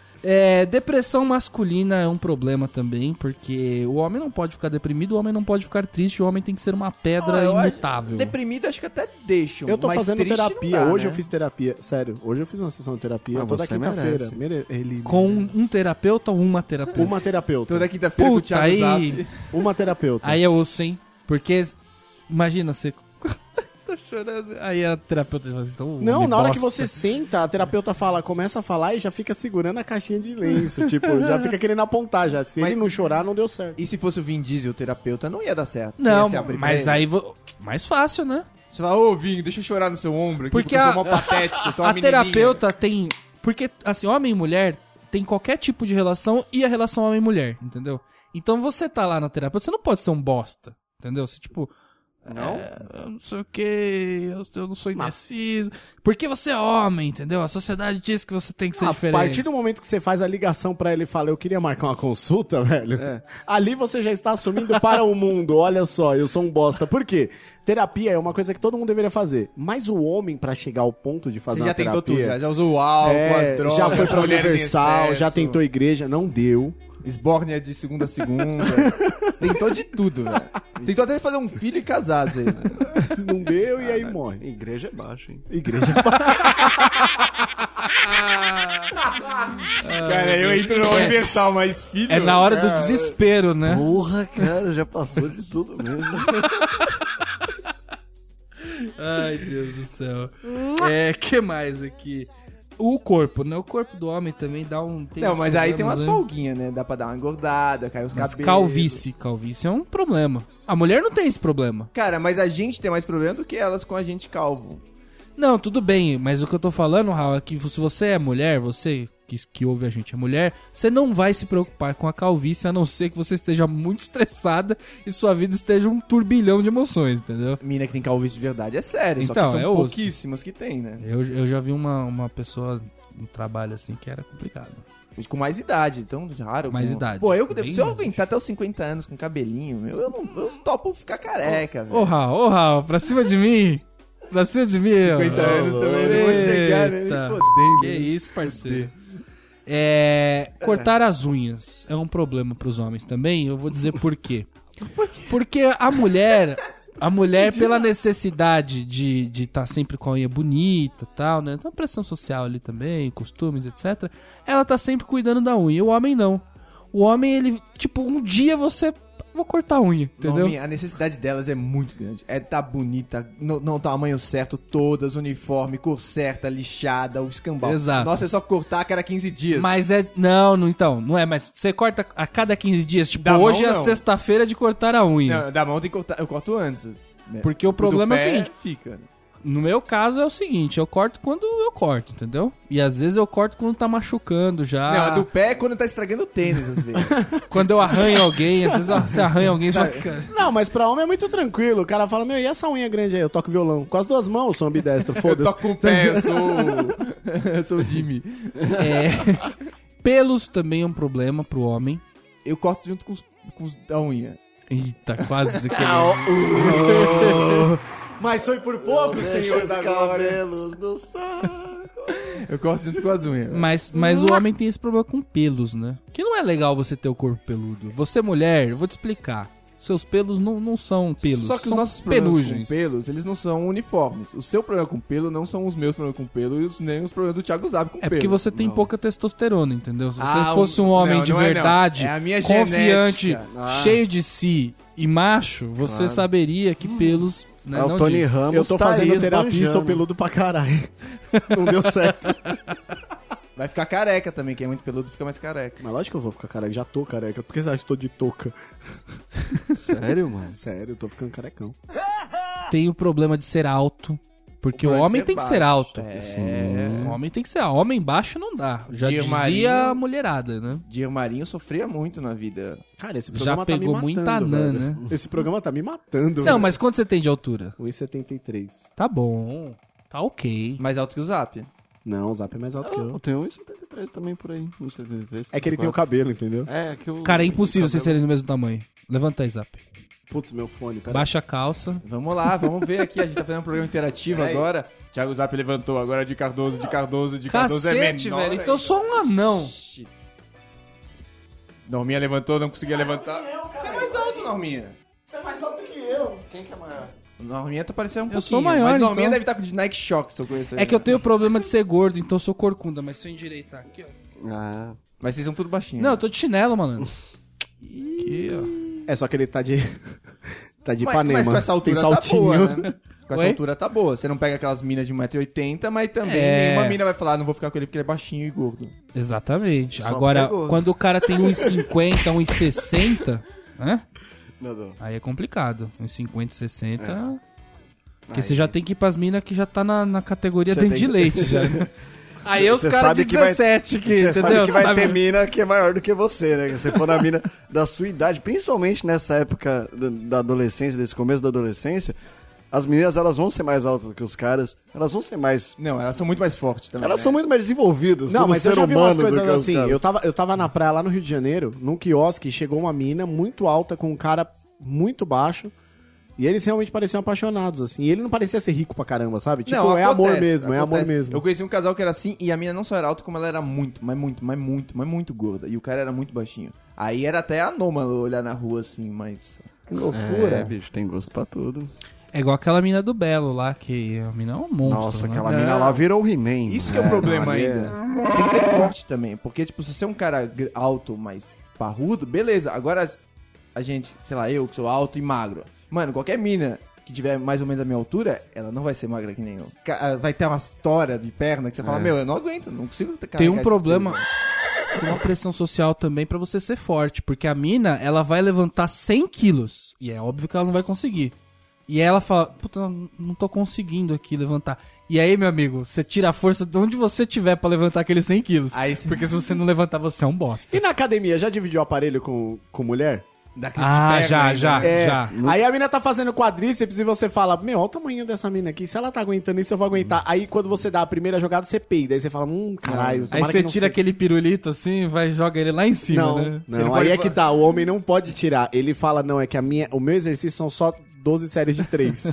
[laughs] É, depressão masculina é um problema também, porque o homem não pode ficar deprimido, o homem não pode ficar triste, o homem tem que ser uma pedra
Ah, eu acho-
imutável.
Deprimido, acho que até deixam.
[laughs] Eu tô
mas
fazendo
triste não
terapia.
dá,
hoje
né?
eu fiz terapia. Sério, hoje eu fiz uma sessão de terapia.
Ah,
toda
você
quinta-feira.
merece.
Mere- Ele...
Com um terapeuta ou uma terapeuta?
Uma terapeuta.
Toda quinta-feira com o
Puta,
Thiago
aí,
Zap.
Uma terapeuta.
aí eu ouço, hein? Porque, imagina,
[laughs]
você... Tô chorando. Aí a terapeuta fala assim, "Ô,
Não,
homem
na hora que
bosta."
você senta, a terapeuta fala, começa a falar e já fica segurando a caixinha de lenço. tipo, já fica querendo apontar já. Se ele não chorar, não deu certo.
E se fosse o Vin Diesel terapeuta, não ia dar certo. Você ia
Não,
se abrir
mas
pra ele.
aí... vo- Mais fácil, né?
Você fala, ô Vin, deixa eu chorar no seu ombro aqui,
Porque
porque, eu
a-
sou mó patético,
[laughs]
eu sou uma
a
menininha.
terapeuta tem. Porque, assim, homem e mulher tem qualquer tipo de relação e a relação homem e mulher, entendeu? Então você tá lá na terapeuta, você não pode ser um bosta, entendeu? Você, tipo. Não? eu não sei o que, eu, eu não sou indeciso. Porque você é homem, entendeu? A sociedade diz que você tem
Ah,
que ser
A
é diferente.
partir do momento que você faz a ligação pra ele e fala, eu queria marcar uma consulta, [laughs] velho, ali você já está assumindo para o mundo, olha só, eu sou um bosta. Por quê? Terapia é uma coisa que todo mundo deveria fazer. Mas o homem, pra chegar ao ponto de fazer
Você
uma
já tentou
terapia,
tudo, já, já usou o álcool,
é,
as drogas,
já foi pra
mulheres em
Universal,
excesso,
já tentou igreja, não deu.
Esbórnia de segunda a [laughs] segunda. Você tentou de tudo, velho. Tentou até fazer um filho e casar, às vezes. né?
Não deu e aí morre.
Igreja é baixo, hein?
Igreja. é
Cara, eu entro no Universal, mas filho.
É na hora do desespero, né?
Porra, cara, já passou de tudo mesmo.
Ai, Deus do céu. É, que mais aqui? O corpo, né? O corpo do homem também dá um. tem
Não,
uns
mas aí tem
problemas,
umas
né?
folguinhas, né? Dá pra dar uma engordada, cair os
Mas
cabelos.
calvície, calvície é um problema. A mulher não tem esse problema.
Cara, mas a gente tem mais problema do que elas com a gente calvo.
Não, tudo bem, mas o que eu tô falando, Raul, é que se você é mulher, você que, que ouve a gente é mulher, você não vai se preocupar com a calvície, a não ser que você esteja muito estressada e sua vida esteja um turbilhão de emoções, entendeu?
Mina que tem calvície de verdade, é sério. só
Então,
que são
é osso.
pouquíssimas que tem, né?
Eu, eu já vi uma, uma pessoa no trabalho assim que era complicado.
Com mais idade, então raro.
Mais
com-
idade.
Pô, eu,
Bem
se eu
mais,
aguentar até os 50 anos com cabelinho, meu, eu não eu topo ficar careca, velho.
Ô, Raul, ô, Raul, pra cima de mim! Pra cima de mim! 50
anos também, não vou chegar, né? Nem fodendo.
Que isso, parceiro. É, cortar as unhas é um problema pros homens também. Eu vou dizer [laughs] por quê. Porque a mulher, a mulher pela necessidade de estar de tá sempre com a unha bonita, tal, né? Então pressão social ali também, costumes, etc. Ela tá sempre cuidando da unha. O homem não. O homem ele, tipo, um dia você vou cortar a unha, entendeu?
Norminha, a necessidade delas é muito grande. É tá bonita, no, no tamanho certo, todas, uniforme, cor certa, lixada, o escambau.
Exato.
Nossa, é só cortar a cada 15 dias.
Mas é. Não, não, então, não é. Mas você corta a cada 15 dias. Tipo,
Da mão,
hoje é a
não.
sexta-feira de cortar a unha.
Não, da mão tem que cortar. Eu corto antes. né?
Porque o
Do
problema é o
pé,
seguinte:
Fica. né?
no meu caso é o seguinte, eu corto quando eu corto, entendeu? E às vezes eu corto quando tá machucando já.
Não, a do pé é quando tá estragando o tênis, às
[laughs]
vezes.
Quando eu arranho alguém, às
[laughs]
vezes você arranha alguém só fica.
Não, mas pra homem é muito tranquilo. O cara fala, meu, e essa unha grande aí? Eu toco violão. Com as duas mãos, eu sou ambidestro,
[laughs] eu
foda-se.
toco com o pé, eu sou.
[laughs]
eu sou o [laughs] Jimmy.
É. [laughs] Pelos também é um problema pro homem.
Eu corto junto com os, com os da unha.
Eita,
[laughs]
quase que
Ah,
Mas foi por pouco, senhor da glória.
cabelos do saco.
Eu corto junto com as unhas.
Mas, mas
Hum.
o homem tem esse problema com pelos, né? Que não é legal você ter o corpo peludo. Você, mulher, eu vou te explicar. Seus pelos não, não são pelos.
Só que os
são
nossos problemas
pelugens.
com pelos, eles não são uniformes. O seu problema com pelo não são os meus problemas com pelo e os, nem os problemas do Thiago Zab com
É
pelo.
porque você tem pouca testosterona, entendeu? Se você
Ah,
fosse um
o-
homem
não,
de
não é não.
verdade,
É a minha
confiante,
genética. Ah.
cheio de si e macho, você saberia
Hum.
que pelos. Né,
É o
não
Tony
diz.
Ramos.
Eu tô
tá
fazendo
aí
terapia e sou
esbanjando.
peludo pra caralho. [laughs] Não deu certo.
Vai ficar careca também, quem é muito peludo fica mais careca.
Mas lógico que eu vou ficar careca, já tô careca. Por que você acha que tô de touca?
Sério, mano?
Sério, eu tô ficando carecão.
Tem o problema de ser alto. Porque o,
problema de
homem
ser
tem que ser
baixo. é.
alto. Assim, O homem tem que ser alto. Homem baixo não dá. Já
Dia
dizia
Maria-
a mulherada, né?
Diego Marinho sofria muito na vida.
Cara, esse
Já
programa
pegou
tá me
muita
matando,
anã,
velho.
né?
Esse programa tá me matando,
Não, mas quanto você tem de altura?
1,73.
Tá bom. Tá ok.
Mais alto que o Zap.
Não, o Zap é mais alto que eu.
Eu tenho 1,73 também por aí. 1,73.
É que ele tem o cabelo, entendeu?
É, que o.
Cara, é impossível vocês serem do mesmo tamanho. Levanta aí, Zap.
Putz, meu fone, pera.
Baixa a calça.
Vamos lá, vamos ver aqui. A gente tá fazendo um programa [laughs] interativo agora.
Thiago Zap levantou agora de Cardoso, de Cardoso, de Cardoso
Cacete,
é menor.
velho. Então eu sou um anão.
Norminha levantou, não conseguia levantar.
Você é mais alto, Norminha.
Quem que é maior?
Norminha tá parecendo um pouquinho.
Eu sou maior,
Mas Norminha
então.
deve estar com de Nike Shock, se eu conheço né?
É que eu
né?
tenho problema de ser gordo, então eu sou corcunda, mas se eu endireitar aqui, ó.
Ah,
Mas vocês são tudo baixinho.
Não, eu tô de chinelo, mano. Aqui, ó.
É só que ele tá de. [laughs] tá de
Mas-
Ipanema.
Mas, com essa altura
Tem
tá
saltinho.
boa, né? Com essa
Oi?
altura tá boa. Você não pega aquelas minas de 1,80m, mas também
É.
nenhuma mina vai falar, não vou ficar com ele porque ele é baixinho e gordo.
Exatamente. Agora,
pegou.
quando o cara tem 1,50, 1,60, né?
não, não.
Aí é complicado. 1,50, 60.
É.
Porque você já tem que ir pras minas que já tá na, na categoria
Você
dente
tem
de
que-
leite
[laughs]
já. né? Aí os
Você
caras de
sabe que vai-
17 que,
Você
entendeu?
sabe que vai
Sabe?
ter mina que é maior do que você, né? Se [laughs] for na mina da sua idade, principalmente nessa época da- da adolescência, desse começo da adolescência, as meninas elas vão ser mais altas que os caras, elas vão ser mais.
Não, elas são muito mais fortes também.
Elas
né?
são muito mais desenvolvidas.
Não,
como
mas eu
ser
já vi umas
humano do
coisas
que os
assim.
caras.
Eu tava, eu tava na praia lá no Rio de Janeiro, num quiosque, chegou uma mina muito alta com um cara muito baixo. E eles realmente pareciam apaixonados, assim. E ele não parecia ser rico pra caramba, sabe? Tipo,
Não,
é
acontece,
amor mesmo, é amor
acontece.
mesmo.
Eu conheci um casal que era assim e a mina não só era alta, como ela era muito, mas muito, mas muito, mas muito gorda. E o cara era muito baixinho. Aí era até anômalo olhar na rua assim, mas.
Que loucura.
É, bicho, tem gosto pra tudo.
É igual aquela mina do Belo lá, que a mina é um monstro.
Nossa,
né?
aquela mina lá virou o He-Man.
Isso que é o problema ainda. Você tem que ser forte também, porque, tipo, se você é um cara gr- alto, mas parrudo, beleza. Agora, a gente, sei lá, eu que sou alto e magro. Mano, qualquer mina que tiver mais ou menos a minha altura, ela não vai ser magra que nem eu. Ca- ah, Vai ter uma história de perna que você
É.
fala, meu, eu não aguento, não consigo carregar
Tem um
essas
problema.
coisas."
Tem uma pressão social também pra você ser forte, porque a mina, ela vai levantar 100 quilos, e é óbvio que ela não vai conseguir. E aí ela fala, puta, não não tô conseguindo aqui levantar. E aí, meu amigo, você tira a força de onde você tiver pra levantar aqueles 100 quilos.
Aí sim. [laughs]
Porque se você não levantar, você é um bosta.
E na academia, já dividiu o aparelho com, com mulher?
Daqueles
Ah,
perna
já,
ainda,
já,
né?
É.
já.
Aí a mina tá fazendo quadríceps e você fala, meu, olha o tamanho dessa mina aqui. Se ela tá aguentando isso, eu vou aguentar. Aí quando você dá a primeira jogada, você peida. Aí você fala, hum, caralho.
É. Aí
tomara
você
não
tira
fique."
aquele pirulito assim, vai e joga ele lá em cima,
Não,
né?
não,
Você não
aí
pode
é que tá. O homem não pode tirar. Ele fala, não, é que a minha, o meu exercício são só 12 séries de 3. E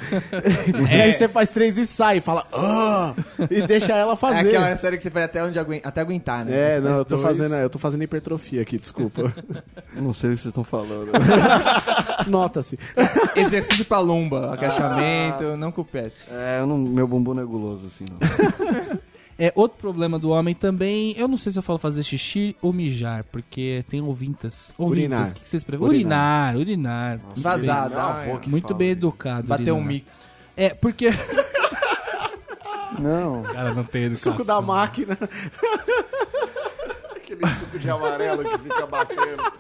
aí você faz 3 e sai. Fala, ah! E deixa ela
É
fazer.
aquela série que você faz até, onde aguen- até aguentar, né?
É,
Você
não,
faz
eu tô,
dois.
fazendo, eu tô fazendo hipertrofia aqui, desculpa.
Não sei o que vocês estão falando.
Nota-se.
Exercício pra lomba, agachamento, não compete.
[laughs]
é, eu não, meu bumbum não é guloso assim, não.
É, outro problema do homem também, eu não sei se eu falo fazer xixi ou mijar, porque tem ouvintas. Ouvintas,
Urinar.
o que que vocês preferem? Urinar, urinar. Muito bem.
Vazado.
um
Meu
ah,
avô que
Muito
fala
bem
isso.
educado.
Bateu um
urinar.
mix.
É, porque...
Não.
Cara, não tem educação.
Suco da máquina.
Aquele suco de amarelo que fica
[laughs]
batendo.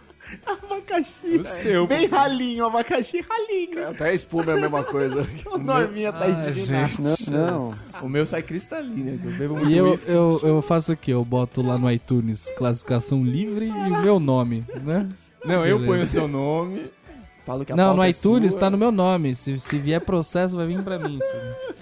Abacaxi. Bem ralinho, abacaxi ralinho.
Até espuma é a mesma coisa.
O Norminha tá
Ah,
indignado.
gente.
Não. O meu sai cristalino, que eu bebo muito
E eu,
uísque.
eu, eu faço o quê? Eu boto lá no iTunes classificação livre e o meu nome, né?
Não, eu
Beleza.
ponho o seu nome. Falo que a
Não,
pauta
no
é
iTunes
sua.
tá no meu nome. Se, se vier processo, vai vir pra mim isso.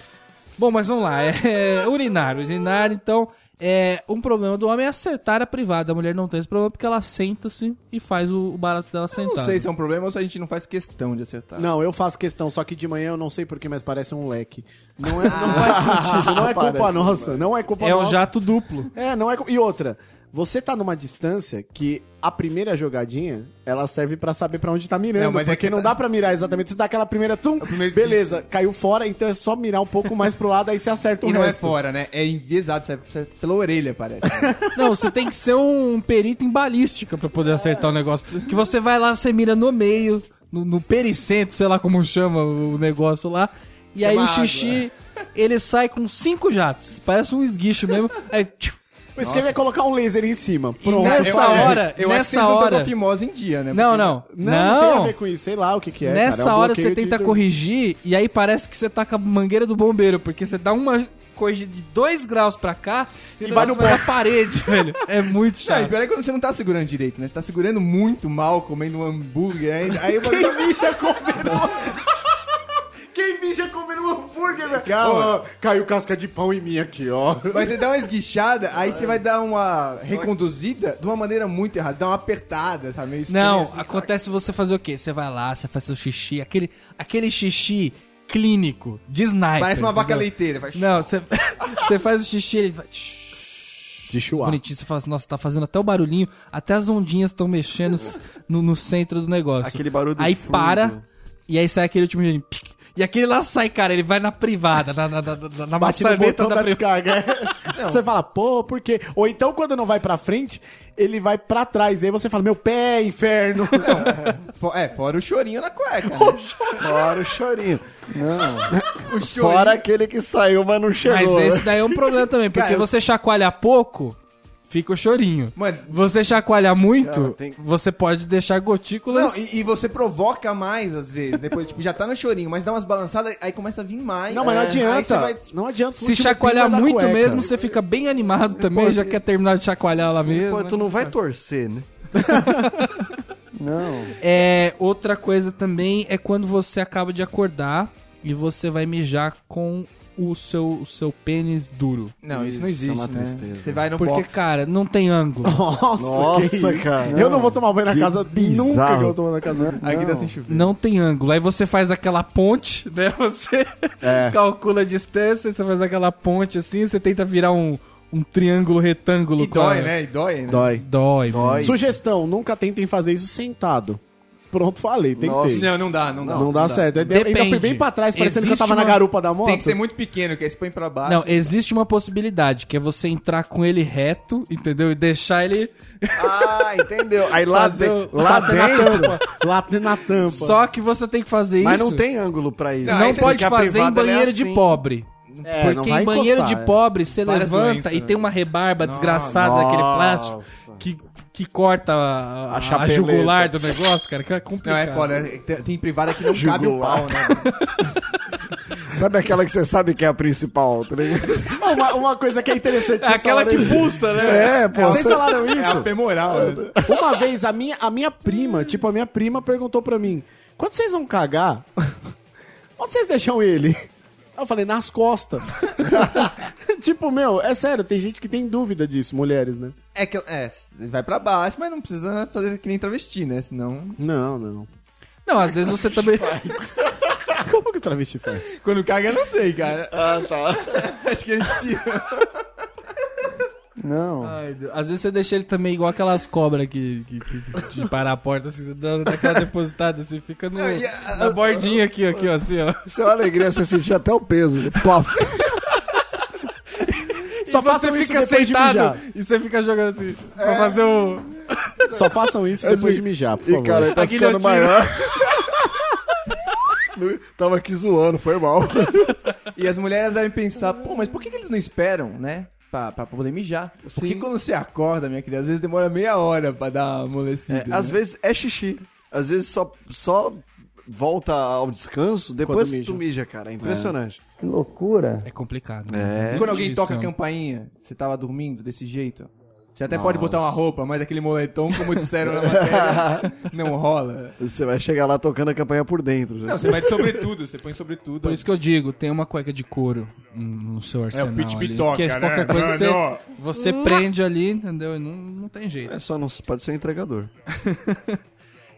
Bom, mas vamos lá. É, urinar. Urinar, então, é, um problema do homem é acertar a privada. A mulher não tem esse problema porque ela senta-se e faz o, o barato dela sentada.
Não sei se é um problema ou se a gente não faz questão de acertar.
Não, eu faço questão, só que de manhã eu não sei porquê, mas parece um leque. Não, é, não faz sentido, não é culpa nossa. Não é culpa
é um
nossa.
jato duplo.
É, não é. cu- E outra, você tá numa distância que a primeira jogadinha, ela serve pra saber pra onde tá mirando.
Não, mas é
porque
que
não
tá- É
dá pra mirar exatamente. Você dá aquela primeira tum,
primeiro
beleza, caiu fora, então é só mirar um pouco mais pro lado, aí você acerta
[laughs]
o
E não é
resto.
fora, né? É enviesado, sai, sai pela orelha,
[laughs]
parece.
Não, você tem que ser um perito em balística pra poder acertar o negócio. Que você vai lá, você mira no meio, no, no pericentro, sei lá como chama o negócio lá. E aí
Chama
o xixi, ele sai com cinco jatos. Parece um esguicho mesmo. Aí, tchiu,
O esquema é colocar um laser em cima. Pronto.
nessa
Eu acho-
hora,
eu acho que
nessa
vocês não
hora.
estão fimose em dia, né?
Não,
Porque-
não.
Não, não tem a
Não.
ver com isso, sei lá o que que é.
Nessa
cara, é um
hora
bloqueio
você tenta
de- [laughs]
corrigir e aí parece que você tá com a mangueira do bombeiro, porque você dá uma corrigida de dois graus pra cá e, o
vai
negócio
no
vai na
box. [laughs]
parede, velho. É muito
Não, e
chato.
pior é quando você não tá segurando direito, né? Você tá segurando muito mal, comendo um hambúrguer. Aí, aí [laughs] Quem mija
Quem mija comendo um hambúrguer, velho?
Calma.
Ó, caiu casca de pão em mim aqui, ó.
Mas você dá uma esguichada, aí você vai dar uma reconduzida de uma maneira muito errada. Você dá uma apertada, sabe? Meio estranho,
Não,
assim,
acontece você fazer o quê? Você vai lá, você faz seu xixi, aquele, aquele xixi clínico de sniper.
Parece uma vaca
entendeu?
leiteira. Vai...
Não, você, [laughs] você faz o xixi, ele vai...
De chuá.
Bonitinho, você fala assim, nossa, tá fazendo até o barulhinho, até as ondinhas estão mexendo no, no centro do negócio.
Aquele barulho do
Aí
fundo.
para, e aí sai aquele último jeito, pic, E aquele lá sai, cara, ele vai na privada, na, na, na, na, na
Bate no
maçaneta
botão da
da privada.
descarga. é. Você fala, pô, por quê? Ou então, quando não vai pra frente, ele vai pra trás. E aí você fala, meu pé, é inferno.
Fo- É, fora o chorinho na cueca. né?
Fora o chorinho. [laughs]
O chorinho.
Fora aquele que saiu, mas não
Mas
chegou.
esse daí é um problema também, porque
Cara, eu-
você chacoalha pouco, fica o chorinho.
Mano-
você chacoalha muito,
Cara, tem-
você pode deixar gotículas...
Não, e, e você provoca mais às vezes. Depois, tipo, já tá no chorinho, mas dá umas balançadas, aí começa a vir mais.
Não, mas não
É. Aí você
adianta.
vai-
Não adianta. o
Se
último
chacoalhar
pingo é da
muito
cueca.
mesmo, você fica bem animado também, já quer terminar de chacoalhar lá mesmo.
Pô,
né?
tu não vai torcer, né?
É, outra coisa também é quando você acaba de acordar e você vai mijar com o seu, o seu pênis duro.
Não, isso não
Isso é
existe,
uma
né?
tristeza.
Você vai no
Porque,
box.
cara, não tem ângulo.
Nossa,
[laughs] Nossa,
que isso.
cara.
Eu não vou tomar banho na
Que
casa
bizarro.
nunca que eu tomo na
Aqui
casa.
tá
assim.
sem chover.
Não tem ângulo. Aí você faz aquela ponte, [laughs] né? Você calcula a distância, você faz aquela ponte assim, você tenta virar um, um triângulo retângulo.
E
com a-
dói, né? E dói, né?
Dói.
Dói.
Dói.
Sugestão, nunca tentem fazer isso sentado. Pronto, falei, tentei.
Não, não dá, não dá.
Não, dá certo. Ainda- Ainda
Depende.
fui bem pra trás, parecendo que eu
Existe
tava
uma-
na garupa da moto.
Tem que ser muito pequeno, que aí você põe pra baixo.
Não, existe uma possibilidade, que é você entrar com ele reto, entendeu? E deixar ele
Ah, entendeu. Aí lá,
Fazer
de-
o-
lá dentro,
Lá na tampa.
Só que você tem que fazer
mas
isso.
não tem ângulo pra isso.
Não,
Não
aí você
pode
Porque a
fazer em
privada, ela é
banheiro de
assim.
pobre.
É, não
porque
vai
em banheiro
encostar,
de
é.
pobre você
Várias
levanta
doenças,
e
né?
tem uma rebarba desgraçada daquele plástico que, que corta a, a- a,
chapeleta.
jugular do negócio, cara, que é
Não,
complicado.
é foda. né? Tem, tem privada que não cabe o pau, [laughs] né?
Sabe aquela que você sabe que é a principal, tá ligado?
Uma, uma coisa que é interessante. vocês
Aquela
falaram
que
isso.
pulsa,
[laughs]
né?
É, pô.
Vocês falaram
É a
isso?
femoral. né?
Uma vez a minha, a minha prima, tipo, a minha prima perguntou pra mim: quando vocês vão cagar, onde vocês deixam ele? Aí Eu falei, nas costas. [laughs] tipo, meu, é sério, tem gente que tem dúvida disso, mulheres, né?
É que é, vai pra baixo, mas não precisa fazer que nem travesti, né? Senão.
Não, não.
Não, às vezes você também.
Como que o travesti faz?
Quando caga, eu não sei, cara. Ah, tá. Acho que ele tira.
Ai, Deus. às vezes você deixa ele também igual aquelas cobras que, que, que- que- de parar a porta, assim, você dá dá aquela depositada, assim, fica no,
e a-
na bordinha aqui, aqui, ó, assim, ó.
[laughs] Isso é uma alegria, você sentir até o peso. Pof.
Só façam isso depois de mijar.
e você fica jogando assim, pra fazer o...
Só façam isso depois de mijar, por favor.
E, cara, tá
A
ficando
guilhotina.
maior. [laughs] Tava aqui zoando, foi mal.
E as mulheres devem pensar, pô, mas por que, que eles não esperam, né? Pra, pra poder mijar. Porque quando você acorda, minha querida, às vezes demora meia hora pra dar uma amolecida. né?
Às vezes é xixi. Às vezes só, só volta ao descanso depois
Quando mija.
tu mija, cara. É impressionante.
É complicado.
É.
E quando alguém toca um a
campanha.
campainha, você tava dormindo desse jeito. Você até pode botar uma roupa, mas aquele moletom, como disseram na matéria, [laughs] não rola.
Você vai chegar lá tocando a campanha por dentro. né?
Não, você vai de sobretudo, você põe sobretudo.
Por isso que eu digo, tem uma cueca de couro no no seu arsenal
pitch
ali,
pitoca,
porque
né,
qualquer coisa
Ah,
você,
mano?
você prende ali, entendeu? E não, não tem jeito.
É só não pode ser um entregador.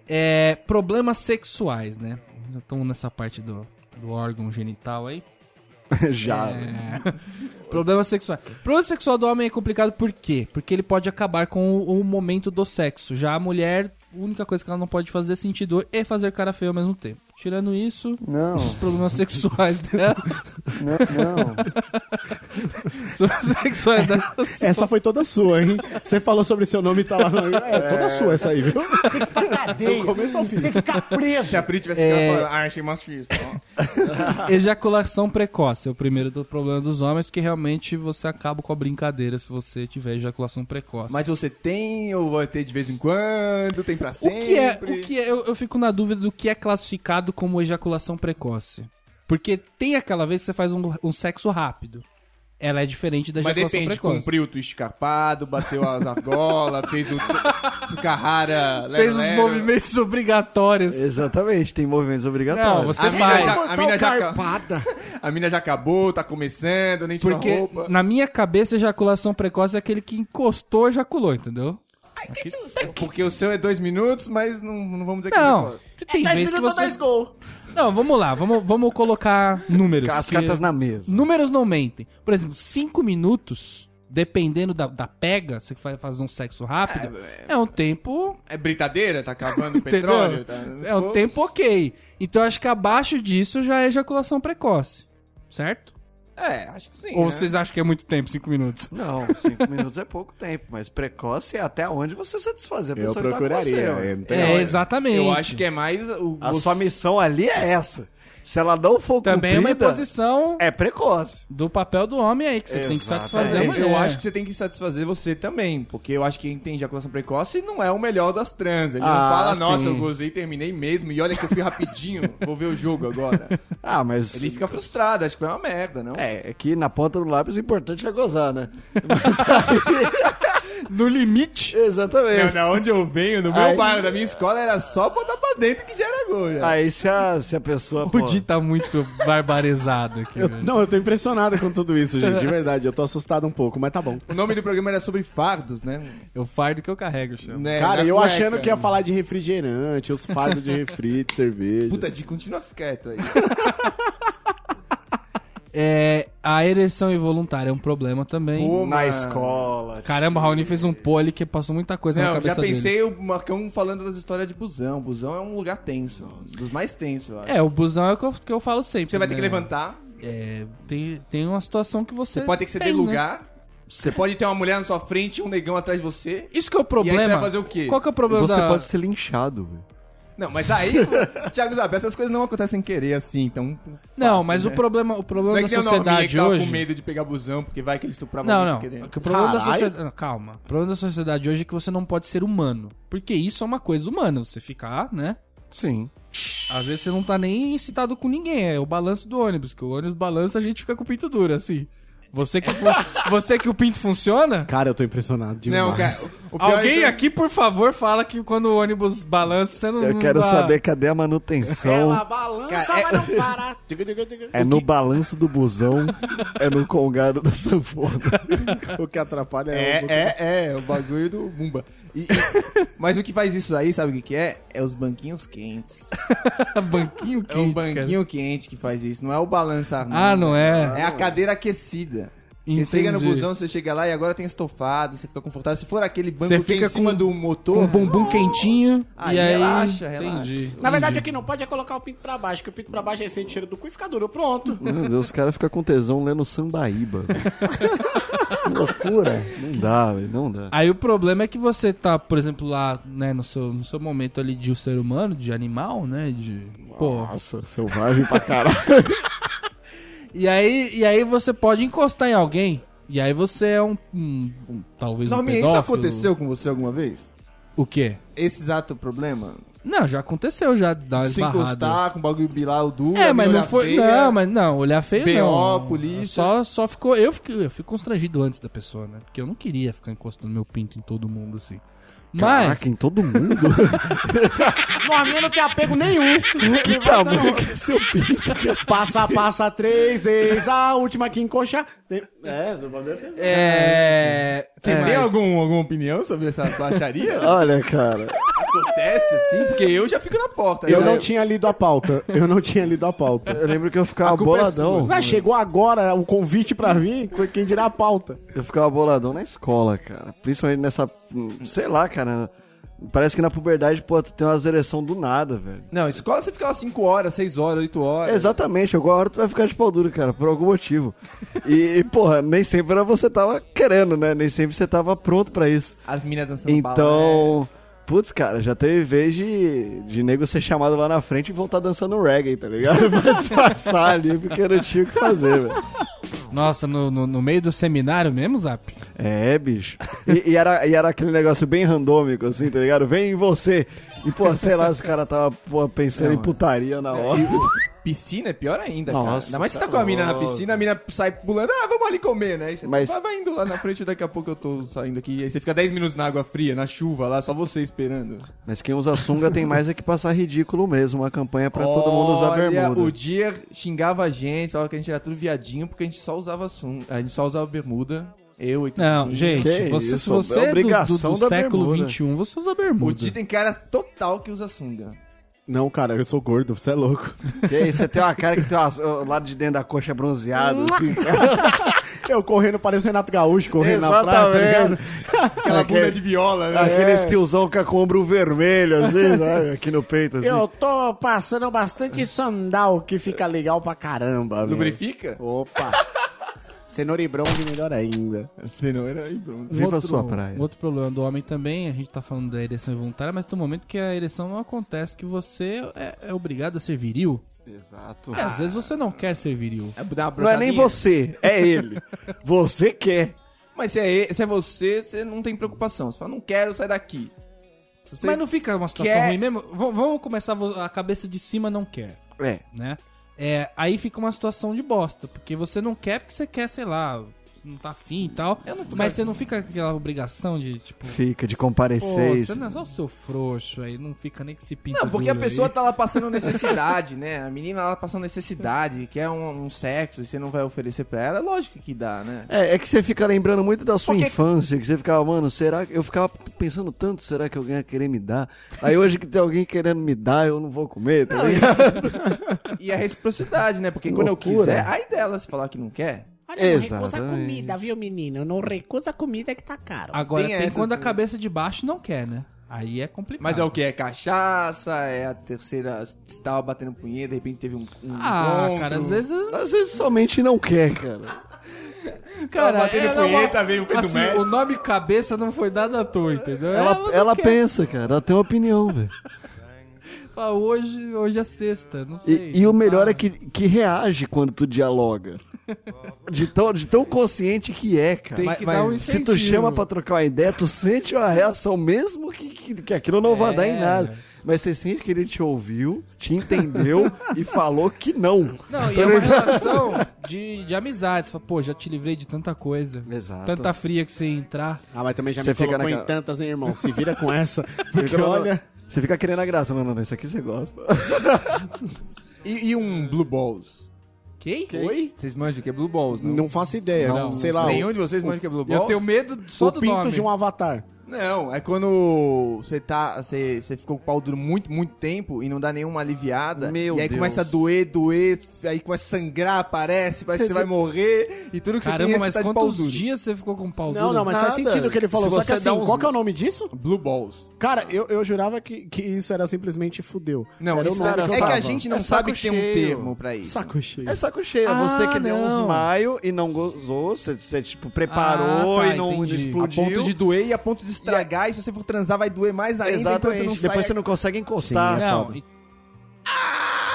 É, problemas sexuais, né? Já estamos nessa parte do, do órgão genital aí.
Já.
[laughs] Problema sexual. Problema sexual do homem é complicado por quê? Porque ele pode acabar com o, o momento do sexo. Já a mulher, a única coisa que ela não pode fazer é sentir dor e fazer cara feia ao mesmo tempo. Tirando isso, os problemas sexuais dela. Não, não. [laughs] Os problemas sexuais dela.
Essa foi toda sua, hein? Você falou sobre seu nome e tá lá no... É, toda sua essa aí, viu? Do começo ao fim.
Se a Pri tivesse
É.
ficado falando, ah, achei machista. ó."
Ejaculação precoce é o primeiro do problema dos homens, porque realmente você acaba com a brincadeira se você tiver ejaculação precoce.
Mas você tem ou vai ter de vez em quando? Tem pra
O
sempre?
que é, o que é eu, eu fico na dúvida do que é classificado como ejaculação precoce. Porque tem aquela vez que você faz um, um sexo rápido. Ela é diferente da
Mas
ejaculação
depende,
precoce.
cumpriu o twist escarpado, bateu as argolas, fez o su- sucarrara,
Fez os
lero-lero.
movimentos obrigatórios.
Exatamente, tem movimentos
Não,
obrigatórios.
você
A mina,
faz.
já, a, mina já, ca- a mina já acabou, tá começando, nem tirou a
Porque
roupa.
na minha cabeça, ejaculação precoce é aquele que encostou, ejaculou, entendeu?
Porque o seu é dois minutos, mas não, não vamos dizer
Não.
que
É,
Tem
tá
vezes que você... Não, vamos lá, vamos, vamos colocar números.
As
que-
cartas na mesa.
Números não mentem. Por exemplo, 5 minutos, dependendo da, da pega, você faz fazer um sexo rápido, é, um tempo.
é britadeira, tá acabando o
Entendeu?
petróleo. Tá,
É um tempo ok. Então acho que abaixo disso já é ejaculação precoce. Certo?
É, acho que sim.
Ou
né?
vocês acham que é muito tempo, 5 minutos?
Não, cinco minutos é pouco tempo, mas precoce é até onde você satisfazer a
Eu
pessoa que tá com
procuraria.
você, ó.
é, não tem
É,
hora.
exatamente.
Eu acho que é mais o.
A
o-
sua missão ali é essa. Se ela não for
Também é uma
cumprida,
imposição
é precoce.
do papel do homem aí, que você tem que
Exatamente.
satisfazer a mulher.
eu acho que você tem que satisfazer você também, porque eu acho que quem tem ejaculação precoce não é o melhor das trans. Ele não
Ah,
fala,
sim.
nossa, eu gozei, terminei mesmo, e olha que eu fui rapidinho, vou ver o jogo agora.
Ah, mas.
Ele fica frustrado, acho que foi uma merda, não?
É, é que na ponta do lápis o importante é gozar, né?
No limite.
Exatamente.
Na onde eu venho, no meu
Aí-
bairro, da minha escola, era só botar pra dentro que já era gol. já.
Aí se a, se a pessoa.
O
pô,
Di tá muito barbarizado aqui.
Eu-
velho.
não, eu tô impressionado com tudo isso, gente. De verdade, eu tô assustado um pouco, mas tá bom.
O nome do programa era sobre fardos, né?
Eu fardo que eu carrego, chama.
Né,
Cara,
na
eu
cueca.
achando que ia falar de refrigerante, os fardos de refri, de cerveja.
Puta, de continua quieto aí.
É, a ereção involuntária é um problema também.
na escola.
Caramba, Raoni fez um pole que passou muita coisa na
Não, já
cabeça
pensei
dele.
o Marcão falando das histórias de busão. Busão é um lugar tenso. Dos mais tensos, eu acho.
É, o busão é o que eu, que eu falo sempre.
Você vai ter que
né?
levantar,
É, tem, tem uma situação que você.
você pode ter que ceder
tem, né?
lugar. Você pode ter uma mulher na sua frente e um negão atrás de você.
Isso que é o problema.
E aí você vai fazer o quê?
Qual que é o problema
Você
da...
pode ser linchado, velho.
Não, mas aí, [laughs] Thiago Zabel, essas coisas não acontecem sem querer assim, então.
Não,
fácil,
mas
né?
o problema, o
Não
problema
é
da
que tem o Norminha
sociedade
que tava
hoje.
com medo de pegar busão, porque vai que ele estuprava
Não,
alguém
não.
sem querer. né?
Que o problema da
Caralho.
sociedade. não, Calma. O problema da sociedade hoje é que você não pode ser humano. Porque isso é uma coisa humana. Você ficar, né?
Sim.
Às vezes você não tá nem excitado com ninguém, é o balanço do ônibus, que o ônibus balança, a gente fica com o pinto duro, assim. Você que, fu- [laughs] você que o pinto funciona?
Cara, eu tô impressionado demais.
Não, cara. o- o
[laughs]
pior é
Alguém
que-
aqui, por favor, fala que quando o ônibus balança, você não.
Eu
não
quero
dá-
saber cadê a
Então,
manutenção.
balança,
Cara, é-
mas não para. Diga, diga, diga.
É no balanço do busão, é no congado da [laughs] sanfona.
[laughs] O que atrapalha
É,
o boca-
é, é, o bagulho do Bumba.
[laughs]
E- e- mas o que faz isso aí, sabe o que, que é? É os banquinhos quentes.
[laughs] banquinho
É
quente.
o
cara.
banquinho quente que faz isso, não é o balançar.
Ah, não é.
É a cadeira aquecida. Você chega no
Entendi.
busão, você chega lá e agora tem estofado, você fica confortável. Se for aquele banco
Você
que é
fica
em cima
com- um
do
Com o
motor,
bumbum quentinho.
Aí
e aí.
relaxa, relaxa.
Entendi.
Na verdade, o que não pode é colocar o pinto pra baixo, porque o pinto pra baixo é sente cheiro do cu e fica duro. Pronto.
Meu Deus, os caras ficam com tesão lendo sambaíba. [laughs] Que loucura. Não dá, velho, não dá.
Aí o problema é que você tá, por exemplo, lá, né, no seu, no seu momento ali de um ser humano, de animal, né? De. Pô.
Nossa, selvagem pra caralho.
[laughs] E aí, e aí você pode encostar em alguém. E aí você é um. um- um- talvez um
Norminha,
pedófilo.
isso aconteceu com você alguma vez?
O quê?
Esse exato problema?
Não, já aconteceu já dar uma
Se
esbarrada.
encostar com o bagulho bilar, o duro,
É, mas
olhar
não foi.
feia.
Não, mas não, olhar feio
BO,
não.
polícia.
Só, só ficou. Eu fico, eu fico constrangido antes da pessoa, né? Porque eu não queria ficar encostando meu pinto em todo mundo assim. Mas.
Caraca, Ah, em todo mundo.
Norminha não tem apego [laughs] nenhum.
que tamanho que é seu pinto?
Passa, passa, três, eis, a última que encoxa. É, do bagulho é pesado.
É.
Vocês têm
mas-
algum, alguma opinião sobre essa baixaria?
Olha, cara.
[laughs] Acontece assim? Porque eu já fico na porta.
Eu
já-
não tinha lido a pauta. Eu não tinha lido a pauta.
Eu lembro que eu
É
ficava boladão.
Ué, chegou agora o convite pra vir, quem dirá a pauta.
Eu ficava boladão na escola, cara. Principalmente nessa. hum, Sei lá, cara. Parece que na puberdade, pô, tu tem umas ereção do nada, velho. É
Não, escola você fica lá 5 horas, 6 horas, 8 horas.
Exatamente, alguma hora tu vai ficar de pau duro, cara, por algum motivo. E, e, porra, nem sempre era você tava querendo, né? Nem sempre você tava pronto pra isso.
As minas dançando né? balé.
Então, putz, cara, já teve vez de, de nego ser chamado lá na frente e voltar dançando reggae, tá ligado? Pra disfarçar ali, porque eu não tinha o que fazer, velho.
Nossa, no, no, no meio do seminário mesmo, Zap?
[laughs] É, bicho. E, e era, e era aquele negócio bem randômico, assim, tá ligado? Vem em você. E, pô, sei lá, os caras tava pô, pensando em putaria na hora.
Piscina é pior ainda, cara.
Nossa,
Ainda mais se tá com a mina na piscina, a mina sai pulando, ah, vamos ali comer, né? Aí você
Mas-
vai- vai indo lá na frente, daqui a pouco eu tô saindo aqui. Aí você fica 10 minutos na água fria, na chuva lá, só você esperando.
[laughs] Mas quem usa sunga tem mais é que passar ridículo mesmo. Uma campanha pra todo mundo usar
Olha,
bermuda.
O dia xingava a gente, falava que a gente era tudo viadinho, porque a gente só usava sun... a gente só usava bermuda. Eu e
Não, gente,
Que
você, se
isso,
você
é
é do, do,
obrigação
do
da
século
bermuda.
XXI, você usa
O
bermuda.
Di tem cara total que usa sunga.
Não, cara, eu sou gordo, você é louco.
Que isso, você tem uma cara que tem umas- o lado de dentro da coxa
[laughs]
bronzeado, assim.
Eu correndo, pareço Renato Gaúcho, correndo na praia, tá ligado?
Aquela bunda de viola, né?
Aquele estilzão com o ombro vermelho, assim, sabe? Aqui no peito, assim.
Eu tô passando bastante sandal, que fica legal pra caramba, velho.
Lubrifica?
[laughs] Opa. Cenoura e bronze melhor ainda.
Cenoura e Bruno.
Viva a sua praia.
um outro problema do homem também, a gente tá falando da ereção involuntária, mas tem um momento que a ereção não acontece, que você é, é obrigado a ser viril.
Exato.
É, às vezes você não quer ser viril.
É, dá uma
Não é nem
brochadinha.
você, é ele. Você quer.
Mas se é, e- se é você, você não tem preocupação. Você fala, não quero, sai daqui. Se você-
Mas não fica uma situação
quer-
ruim mesmo? V- vamos começar, vo- a cabeça de cima não quer,
É.
né? É, aí fica uma situação de bosta, porque você não quer porque você quer, sei lá, não tá afim e tal, mas você não fica com aquela obrigação de, tipo...
Fica de
Pô,
comparecer.
você não é só o seu frouxo aí, não fica nem que se pinta
Não, porque a
duro aí.
pessoa tá lá passando necessidade, né? A menina lá passando necessidade, quer um, um sexo e você não vai oferecer pra ela, lógico que dá, né?
É, é que você fica lembrando muito da sua
Porque-
infância, que você ficava, mano, será que. Eu ficava pensando tanto, será que alguém ia querer me dar? Aí hoje que tem alguém querendo me dar, eu não vou comer, tá ligado?
E a reciprocidade, né? Porque quando eu
Loucura.
quiser, aí dela se falar que não quer.
Olha, não recusa a Exatamente. comida,
viu, menino? Não recusa a comida que tá caro.
Agora
Tem
tem,
essas
quando a
também.
cabeça de baixo não quer, né? Aí é complicado.
Mas é o que? É cachaça? É a terceira. Você tava batendo punheta, de repente teve um. um
Ah,
encontro.
cara, às vezes.
Às vezes somente não quer, cara.
Cara,
batendo
ela-
punheta, veio o peito
assim,
médio.
O nome cabeça não foi dado à toa, entendeu?
Ela,
não
ela
É, quer.
pensa, cara, ela tem uma opinião, velho.
Ah, hoje, hoje é sexta, não sei.
E, e o melhor
Ah,
é que, que reage quando tu dialoga. De tão, de tão consciente que é, cara.
Tem
Mas
que
mas
dar um
se
incentivo.
tu chama pra trocar uma ideia, tu sente uma reação, mesmo que, que, que aquilo não vai
É.
dar em nada. Mas você sente que ele te ouviu, te entendeu e falou que não.
Não, e é uma relação de, de amizade. Você fala, pô, já te livrei de tanta coisa.
Exato.
Tanta fria que você ia entrar.
Ah, mas também já
Você
me
fica
colocou
naquela-
em tantas, hein, irmão? Se vira
[laughs]
com essa.
Você
Porque
fica, não, não,
olha...
Você fica querendo a graça, não, não, não, isso aqui você gosta.
E, e um Blue Balls?
Que?
Oi?
Vocês manjam que é Blue Balls, não?
Não faço ideia.
Não,
sei
não
lá.
Nenhum de vocês manja que é Blue Balls?
Eu tenho medo
o,
só
o
do
pinto
nome.
de um avatar.
Não, é quando você tá. Você, você ficou com o pau duro muito, muito tempo e não dá nenhuma aliviada.
Meu
e aí
Deus.
começa a doer, doer, aí começa a sangrar, parece, parece que [laughs] você vai morrer e tudo que você
Caramba,
tem é
mas
você tá de pau
quantos
duro.
dias você ficou com pau
Não,
duro?
não, mas faz
Nada.
sentido o que ele
Se
falou. Só
você
que assim,
dá uns-
qual que é o nome disso?
Blue balls.
Cara, eu, eu jurava que, que isso era simplesmente fudeu.
Não,
era
isso
o nome
é
que eu
que a
tava.
gente não
É
sabe
saco
que tem um
cheio.
termo pra isso.
Saco cheio.
É saco cheio. É você que deu
Ah, não.
uns maio e não gozou, você, você, tipo, preparou
Ah, tá,
e não
entendi.
A
explodiu.
ponto de doer e a ponto de estragar, e se você for transar, vai doer mais ainda.
Exatamente.
Enquanto não
Depois
sai
você não consegue
Não,
encostar.
é
e-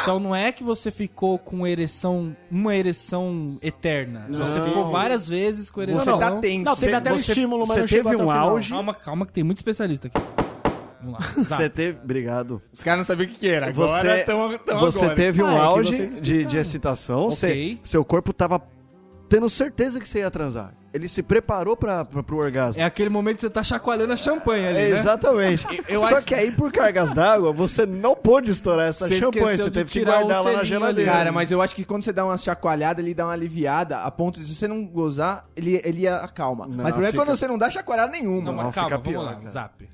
Então não é que você ficou com ereção, uma ereção eterna. Você ficou várias vezes com ereção.
Você tá
não.
tenso.
Não, teve até um
você-
estímulo, mas
você
não chegou
teve
até o
um
final.
auge.
Calma, calma, que tem muito especialista aqui.
[laughs]
Vamos lá.
Você
Zap.
teve. Obrigado.
Os caras não sabiam o que que era.
Você-
Agora tão, tão
você
agora.
teve um
Ah, é que
auge
vocês
de, de excitação,
Ok.
você- seu corpo tava tendo certeza que você ia transar. Ele se preparou para pro orgasmo.
É aquele momento que você tá chacoalhando a champanhe ali,
É,
né?
Exatamente. Só que aí, por cargas d'água, você não pôde estourar essa
Você
champanhe.
esqueceu
Você
de
teve que
tirar o
guardar ela na
selinho
geladeira.
ali.
Cara, mas eu acho que quando você dá uma chacoalhada, ele dá uma aliviada, a ponto de se você não gozar, ele, ele acalma. mas o problema é
fica-
quando você não dá chacoalhada nenhuma.
Não,
Não,
mas
fica
calma,
pior, né?
vamos lá.
cara.
Zap.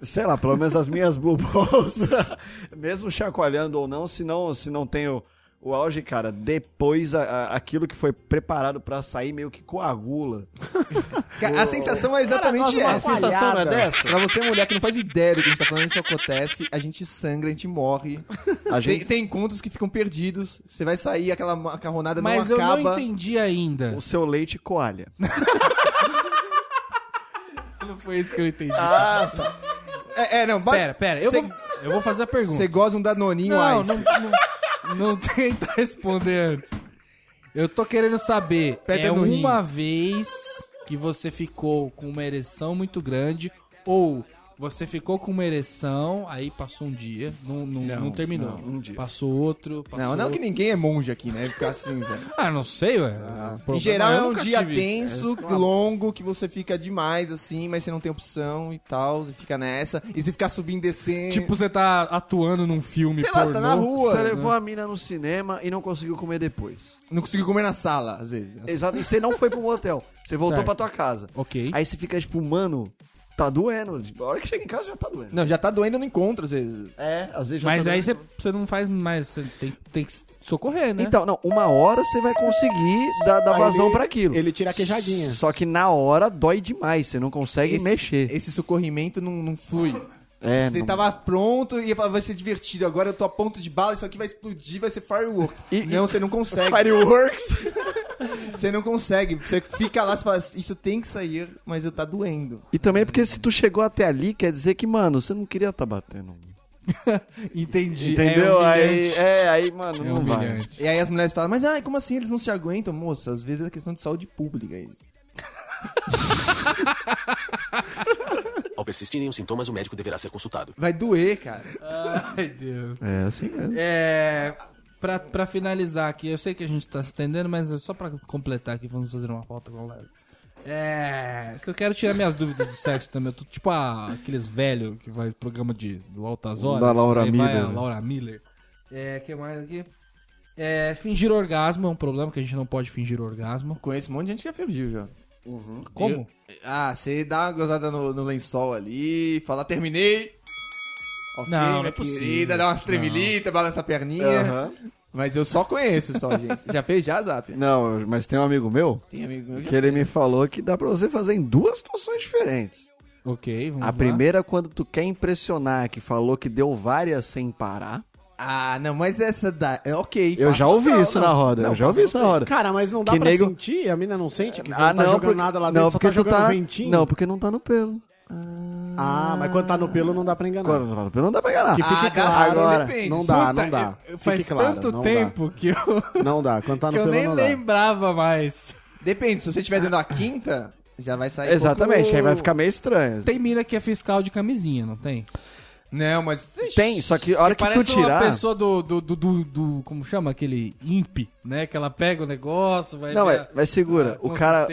Sei lá, pelo menos as minhas blue balls, [laughs] mesmo chacoalhando ou não, se não, se não tem o, o auge, cara, depois a- a- aquilo que foi preparado pra sair meio que coagula.
Ca- A sensação é exatamente
Cara, nós
essa.
uma
né,
sensação não é
dessa? Pra você, mulher, que não faz ideia do que a gente tá falando, isso acontece, a gente sangra, a gente morre.
A
Tem,
gente,
tem encontros que ficam perdidos, você vai sair, aquela macarronada
Mas
não
eu
acaba.
não entendi ainda.
o seu leite coalha.
Não foi isso que eu entendi.
Ah, É, é, não, bate-
pera, pera. Eu,
Cê-
vou, eu vou fazer a pergunta.
Você goza um danoninho,
Não,
Ice.
não, não, não [laughs] tenta responder antes. Eu tô querendo saber,
Pedra
é
no rim.
uma vez que você ficou com uma ereção muito grande ou você ficou com uma ereção, aí passou um dia, não, não, não terminou. Passou outro, passou
um Não, não que
outro.
ninguém é monge aqui, né? Ficar
[laughs]
assim, velho.
Ah, não sei, ué. Problema,
Em geral
eu
é um
nunca
dia
tive.
tenso, longo, que você fica demais, assim, mas você não tem opção e tal, e fica nessa. E se ficar subindo e descendo.
Tipo, você tá atuando num filme
sei lá,
pornô.
você tá na rua.
Você levou a mina no cinema e não conseguiu comer depois.
Não conseguiu comer na sala, às vezes.
É.
Exato. E você não foi pro motel. Você voltou
Certo.
pra tua casa.
Ok.
Aí você fica tipo, mano, tá doendo. Tipo, A hora que chega em casa já tá doendo.
Não, já tá doendo no encontro, às vezes.
É, às vezes já
Mas
tá
aí
doendo.
você, você não faz mais, você tem, tem que socorrer, né?
Então, não, uma hora você vai conseguir dar, dar
Aí
vazão
ele-
pra aquilo.
Ele tira a queijadinha.
Só que na hora dói demais, você não consegue
Esse-
mexer.
Esse socorrimento não, não flui.
É,
você
não-
tava pronto e ia falar, vai ser divertido. Agora eu tô a ponto de bala, isso aqui vai explodir, vai ser fireworks.
E-
não, você não consegue.
Fireworks.
[laughs] Você não consegue. Você fica lá e fala, isso tem que sair, mas eu tá doendo.
E também porque se tu chegou até ali, quer dizer que, mano, você não queria tá batendo.
Entendi.
Entendeu?
É
aí,
humilhante.
é, aí, mano,
É
não vai.
humilhante.
E aí as mulheres falam, mas ai, como assim eles não se aguentam? Moça, às vezes é questão de saúde pública isso.
Ao persistirem os sintomas, o médico deverá ser consultado.
Vai doer, cara.
Ai, Deus.
É assim mesmo.
É. Pra, pra finalizar aqui, eu sei que a gente tá se estendendo, mas é só pra completar aqui, vamos fazer uma pauta com leve. É. Que eu quero tirar minhas dúvidas do sexo também. Eu tô tipo a- aqueles velhos que faz programa de do Altas Horas.
Da Laura
aí vai
Miller,
a
né?
Laura Miller. É, que mais aqui? É, fingir orgasmo é um problema que a gente não pode fingir orgasmo.
Conheço um monte de gente que já fingiu já.
Como?
Ah, você dá uma gozada no, no lençol ali, fala, terminei. Ok,
Não, não
minha
é possível.
querida, dá umas tremelitas, balança a perninha.
Aham.
Mas eu só conheço só, gente. Já fez já, Zap?
Não, mas tem um amigo meu
Tem amigo meu
que ele me falou que dá pra você fazer em duas situações diferentes.
Ok, vamos
A
lá.
primeira é quando tu quer impressionar, que falou que deu várias sem parar.
Ah, não, mas essa da... é ok.
Eu
passa
já ouvi
não,
isso
não.
na roda.
Não,
eu já ouvi isso na roda.
Cara, mas não dá
Que
pra
nego-
sentir? A mina não sente que você não tá jogando
porque-
nada lá
Ah, não,
dentro, só
porque
tá
tu
jogando
tá-
ventinho?
Não, porque não tá no pelo.
Ah, mas quando tá no pelo não dá pra enganar.
Quando não tá no pelo, não dá pra enganar.
Que fique
Ah,
claro.
dá,
Agora,
depende.
não dá,
Puta,
não dá.
eu-
Fique
Faz
claro,
tanto
não
tempo que eu,
Dá. Não dá, quando tá
[laughs] que
no
eu
pelo
nem
não dá.
lembrava mais.
Depende, se você estiver dentro da quinta, já vai sair um
Exatamente,
pouco-
aí vai ficar meio estranho.
Tem mina que é fiscal de camisinha, não tem?
Não, mas...
Tem, só que a hora que tu
Parece
tirar.
uma pessoa do, do, do, do- do- Como chama? Aquele imp, né? Que ela pega o negócio, vai.
Não,
né?
ver
mas, mas segura.
Ah,
a
O cara.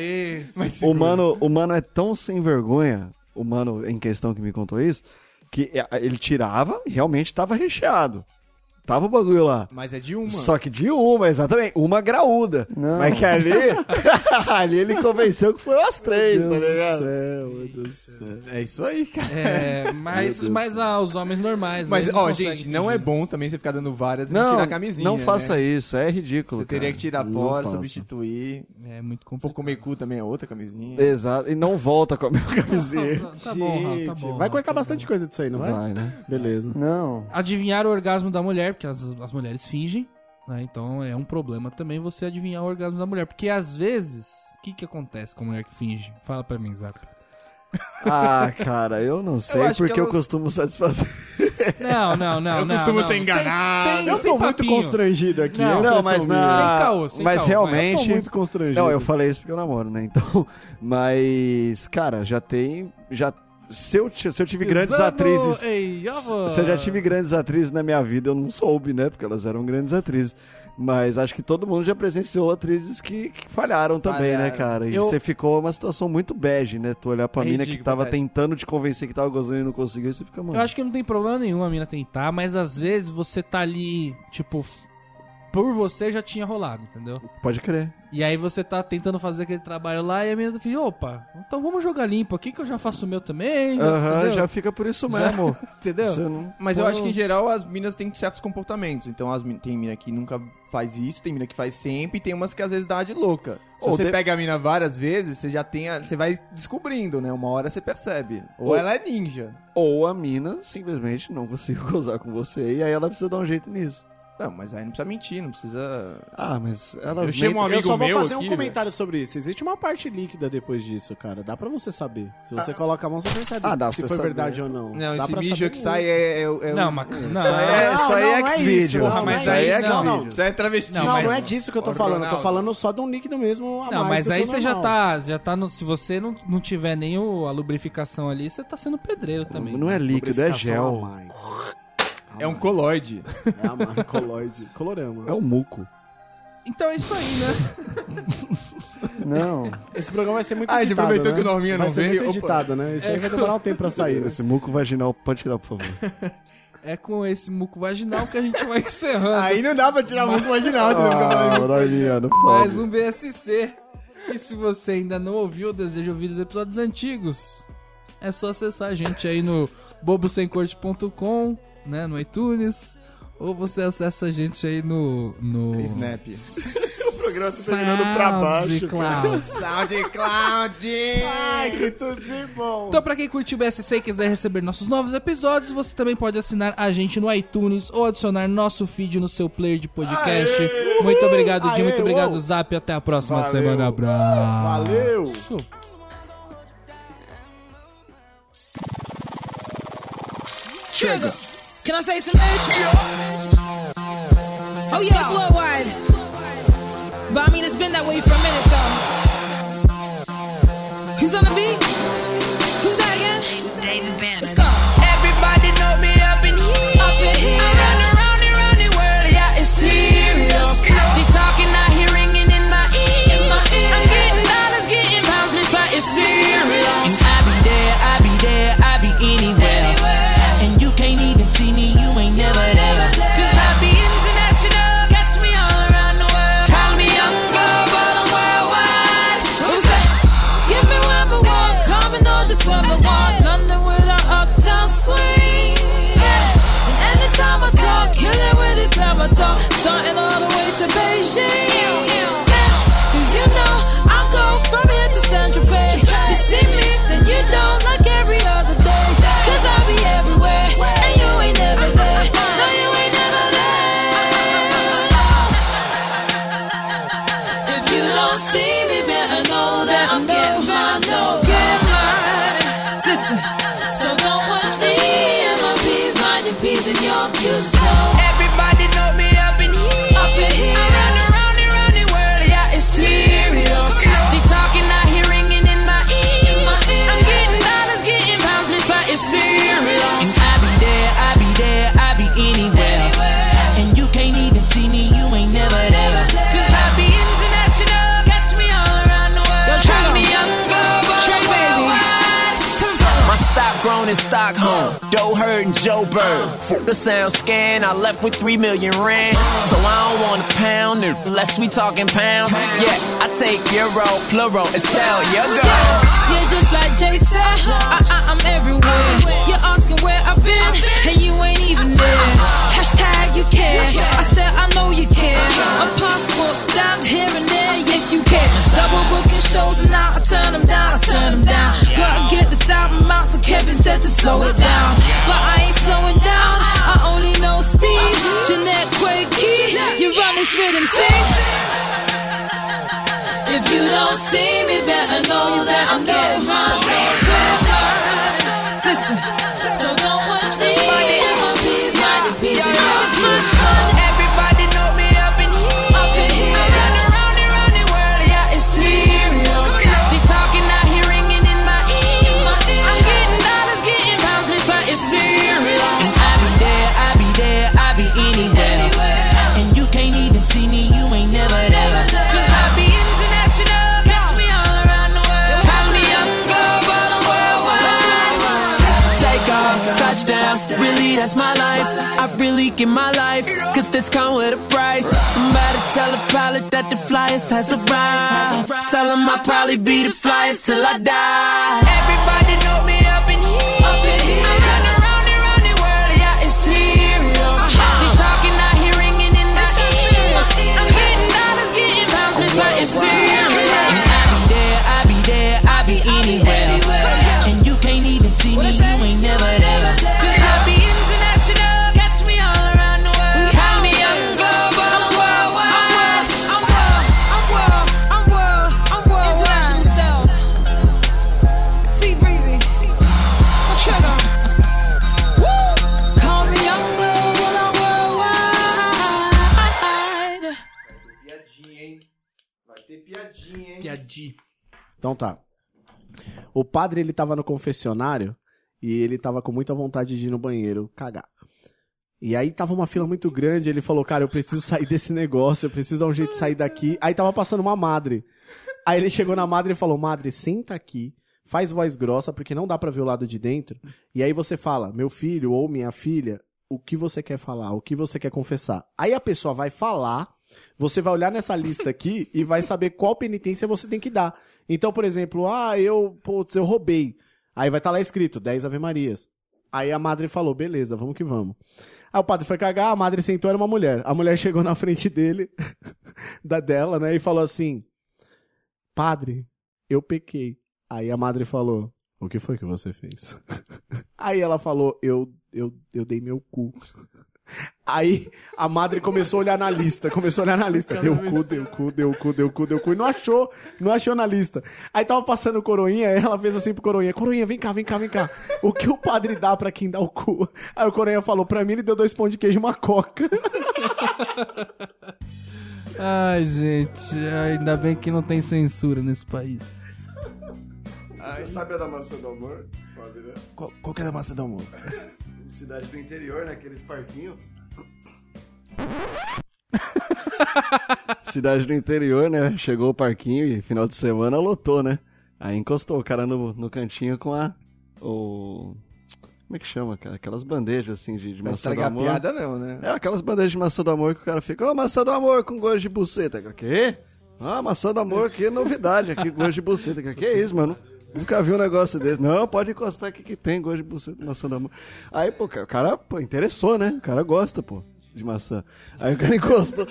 consistência.
O mano, o mano é tão sem vergonha, o mano em questão que me contou isso, que é, ele tirava e realmente tava recheado. Tava o bagulho lá.
Mas é de uma.
Só que de uma, exatamente. Uma graúda. Mas que ali, [laughs] ali ele convenceu que foram as três, tá ligado?
É isso aí, cara.
É, mas, mas aos homens normais, né?
Mas,
Eles
ó,
conseguem
gente, não é
fugir.
bom também você ficar dando várias e
Não,
tirar a camisinha.
não faça
né?
isso, é ridículo.
Você teria
cara.
que tirar
Não
fora,
faça.
substituir.
É muito complicado.
Pouco meio cu também é outra camisinha.
Exato, e não volta com a
[laughs]
minha camisinha.
Tá, tá bom, Raul, tá bom.
vai
Raul,
cortar
tá
bastante coisa disso aí, não vai?
Vai, né?
Beleza.
bom. Adivinhar o orgasmo da mulher, porque as, as mulheres fingem, né? Então é um problema também você adivinhar o orgasmo da mulher. Porque às vezes, o que que acontece com a mulher que finge? Fala pra mim, Zap.
Ah, cara, eu não sei
acho que
porque eu
elas-
costumo satisfazer.
Não, não, não,
Eu
não.
costumo
não.
ser enganado.
Sem, sem,
Eu
sem
tô muito
papinho.
constrangido aqui.
Não,
é
Não, [laughs]
impressão
mas
minha.
na...
Sem caô, sem
Mas
caô, vai. Eu tô
Eu tô
realmente.
muito constrangido.
Não, eu falei isso porque eu namoro, né? Então, [laughs] mas cara, já tem, já se eu, ti- se eu tive grandes
Pisando,
atrizes,
ei, ó,
se eu já tive grandes atrizes na minha vida, eu não soube, né? Porque elas eram grandes atrizes. Mas acho que todo mundo já presenciou atrizes que, que falharam também, né,
Falharam.
cara? E
Eu-
você ficou uma situação muito bege, né? Tu olhar pra
É
mina que
ridículo,
tava
cara.
tentando te convencer que tava gozando e não conseguiu, e você fica, mano.
Eu acho que não tem problema nenhum a mina tentar, mas às vezes você tá ali, tipo, f- por você já tinha rolado, entendeu?
Pode crer.
E aí você tá tentando fazer aquele trabalho lá e a mina fica, opa, então vamos jogar limpo aqui que eu já faço o meu também. já-
Aham,
entendeu?
já fica por isso mesmo.
Entendeu?
Você não-
Mas eu
Pô.
acho que em geral as minas têm certos comportamentos. Então as min- tem mina que nunca faz isso, tem mina que faz sempre, e tem umas que às vezes dá de louca. Se
Ou
você
de-
pega a mina várias vezes, você já tem a... Você vai descobrindo, né? Uma hora você percebe. Ou,
Ou-
ela é ninja.
Ou a mina simplesmente não conseguiu [laughs] gozar com você e aí ela precisa dar um jeito nisso.
Não, mas aí não precisa mentir, não precisa.
Ah, mas elas
Eu chamo um
mentem-
amigo
eu só vou
meu
fazer
aqui,
um
velho.
comentário sobre isso. Existe uma parte líquida depois disso, cara. Dá pra você saber. Se você coloca a mão, você percebe
Ah, dá pra
se
você
foi
saber.
verdade ou não.
Não,
dá
esse
pra
vídeo
saber
que sai é. é, é- é
Não,
um-
mas. Não,
é- isso aí é
não
Xvideos,
isso,
porra,
não,
mas
não
aí é
isso, Ah, não, não.
Isso é travesti.
Não,
Não,
mas-
não é disso que eu tô
Ô,
falando. Eu tô
Ronaldo.
falando só de um líquido mesmo a
Não, mas
mais do que
aí
o
você já
normal.
tá. Já tá no, se você não, não tiver nem o- a lubrificação ali, você tá sendo pedreiro também.
Não é líquido, é
Lubrificação
gel.
a mais.
É um coloide.
É a mais. Coloide. Colorama.
É o muco.
Então é isso aí, né?
Esse programa vai ser muito
Ah, ele
editado,
aproveitou
né?
que o Norminha
vai
não
ser
veio,
muito
opa.
editado, né? Isso aí vai demorar um tempo pra sair. né?
[laughs] Esse muco vaginal, pode tirar, por favor.
É com esse muco vaginal que a
[laughs]
gente vai encerrando.
Aí não dá pra tirar muito vaginal, entendeu?
Ah, Norminha, não
Mais
pode.
um BSC. E se você ainda não ouviu ou deseja ouvir os episódios antigos, é só acessar a gente aí no bobosemcorte.com, né, no iTunes, ou você acessa a gente aí no no
Snap.
O programa tá
SoundCloud.
SoundCloud!
[laughs]
Ai, que tudo de bom!
Então, pra quem curte o BSC e quiser receber nossos novos episódios, você também pode assinar a gente no iTunes ou adicionar nosso feed no seu player de podcast. Muito obrigado, Di.
Aê,
Muito obrigado,
uou.
Zap. Até a próxima
Valeu.
semana. Abraço.
Valeu!
Trigger. Can I say some ish? Oh yeah, it's Lil Wide. But I mean, it's been that way for a minute, so. Who's on the beat? Who's that again? Let's go. Everybody know me up in here. Up in here. I'm running round and round the world, yeah, it's serious. They talking, I hear ringing in my ear. I'm getting dollars, getting pounds, miss, I is serious. And I be there, I be there, I be anywhere. And you can't even see me, you ain't never there. Cause I be international, catch me all around the world. Call me young global, I'm worldwide. What's up? Give me one more walk,
in Stockholm. Doe Herd and Joe Bird. Fuck the sound scan, I left with three million rand. So I don't want a pound it, unless we talking pounds. Yeah, I take euro, plural, it's hell, your girl.
Yeah, just like Jay said, I, I, I'm everywhere. You're asking where I've been, and you ain't even there. Hashtag you care. I said I know you care. I'm possible, stabbed here and there. Yes, you can. Double booking shows, and now I turn them down. I turn them down. Girl, I get this album out, so Kevin said to slow it down. But I ain't slowing down. I only know speed. Jeanette Quakey, you run this rhythm, sing. If you don't see me, better know that I'm getting my paper. Listen, so don't watch me. My peace, my peace, my peace.
Everybody know me up in here. Up in here. I run around and round the world, yeah, it's serious. They talking out here ringing in my ear. I'm getting dollars, getting pounds, miss her, it's serious. And I be there, I be there, I be anywhere. And you can't even see me, you ain't never there. Cause I be international. Catch me all around the world. Pop me up, global and worldwide. Take off, touchdown. Really, that's my life. I really give my life. Cause this come with a price. Somebody tell the pilot that the flyest has arrived. Tell him I'll probably be the flyest till I die. Everybody know me up in here. Up in here. I run around and round the world, yeah, it's serious. They talking out here ringing in my ears. I'm getting dollars, getting pounds, miss her, it's serious. And I be there, I be there, I be anywhere. And you can't even see me, you ain't never there. Cause I be international, catch me all around the world. Call me a global, I'm worldwide. I'm world, I'm world, I'm world, I'm worldwide.
International styles. Sea breezy. A trigger. Woo! Call me young girl when I'm worldwide.
Piadinha, hein? Vai ter piadinha, hein?
Piadi.
Então tá. O padre, ele tava no confessionário e ele tava com muita vontade de ir no banheiro cagar. E aí tava uma fila muito grande, ele falou, cara, eu preciso sair desse negócio, eu preciso dar um jeito de sair daqui. Aí tava passando uma madre. Aí ele chegou na madre e falou, madre, senta aqui, faz voz grossa, porque não dá pra ver o lado de dentro. E aí você fala, meu filho ou minha filha, o que você quer falar, o que você quer confessar. Aí a pessoa vai falar, você vai olhar nessa lista aqui e vai saber qual penitência você tem que dar. Então, por exemplo, ah, eu, putz, eu roubei. Aí vai estar lá escrito 10 Ave Marias. Aí a madre falou, beleza, vamos que vamos. Aí o padre foi cagar, a madre sentou, era uma mulher. A mulher [laughs] chegou na frente dele, [laughs] da dela, né, e falou assim: Padre, eu pequei. Aí a madre falou: O que foi que você fez? Aí ela falou: Eu, eu, eu dei meu cu. Aí a madre começou a olhar na lista, começou a olhar na lista. Deu cu, deu cu, deu cu, deu cu, deu cu. E não achou, não achou na lista. Aí tava passando o coroinha, ela fez assim pro coroinha: Coroinha, vem cá, vem cá, vem cá. O que o padre dá pra quem dá o cu? Aí o coroinha falou: Pra mim ele deu dois pão de queijo e uma coca.
Ai, gente, ainda bem que não tem censura nesse país.
Você sabe a da maçã do amor? Sabe, né?
Qual, qual que é a massa do amor?
Cidade do interior, naqueles parquinhos. Cidade do interior, né? Chegou o parquinho e final de semana lotou, né? Aí encostou o cara no, no cantinho com a. O. Como é que chama, cara? Aquelas bandejas assim de, de maçã
Não
do
estraga a
amor.
piada, não, né?
É, aquelas bandejas de maçã do amor que o cara fica, ó, maçã do amor com gosto de buceta. Eu, Quê? Ah, maçã do amor, que novidade aqui, gosto de buceta. Eu, Que isso, mano? Nunca vi um negócio desse. Não, pode encostar aqui que tem gosto de buceta, maçã do amor. Aí, pô, o cara, pô, interessou, né? O cara gosta, pô, de maçã. Aí o cara [laughs] encostou.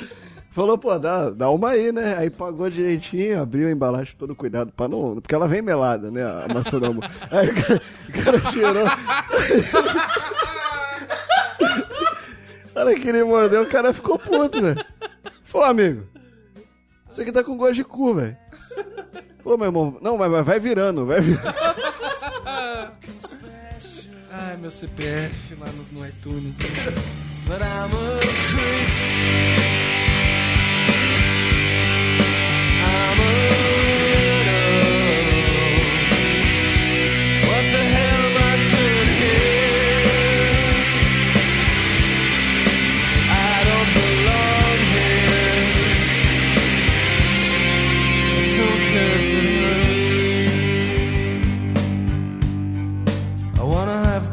Falou, pô, dá, dá uma aí, né? Aí pagou direitinho, abriu a embalagem, todo cuidado pra não. Porque ela vem melada, né? A maçã do amor. Aí o cara, o cara cheirou. cara que ele mordeu, o cara ficou puto, velho. Falou, amigo, você aqui tá com gosto de cu, velho. Falou, meu irmão, não, mas mas vai virando, vai virando.
Ai, meu CPF lá no, no iTunes.
But I'm a creep. I'm a widow. What the hell am I doing here? I don't belong here. I don't care for her. I wanna have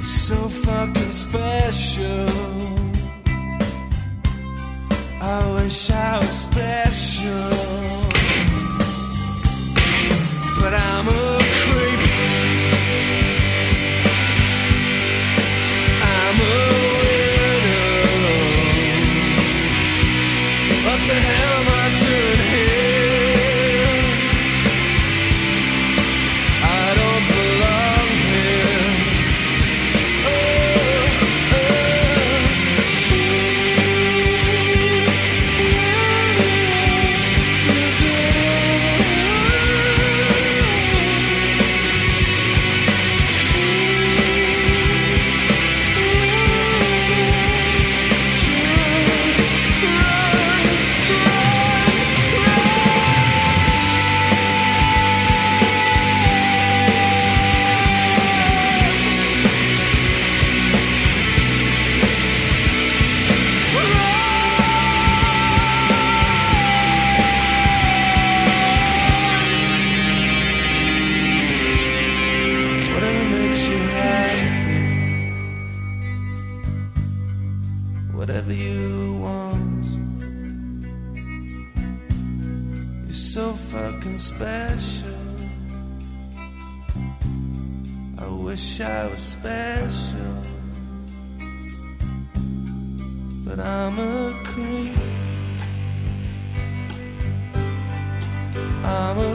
something special. I wish I was special, but I'm a creep. I'm a widow. What the hell am I doing here? I don't belong here. Whatever makes you happy. Whatever you want. You're so fucking special. I wish I was special. But I'm a creep. I'm a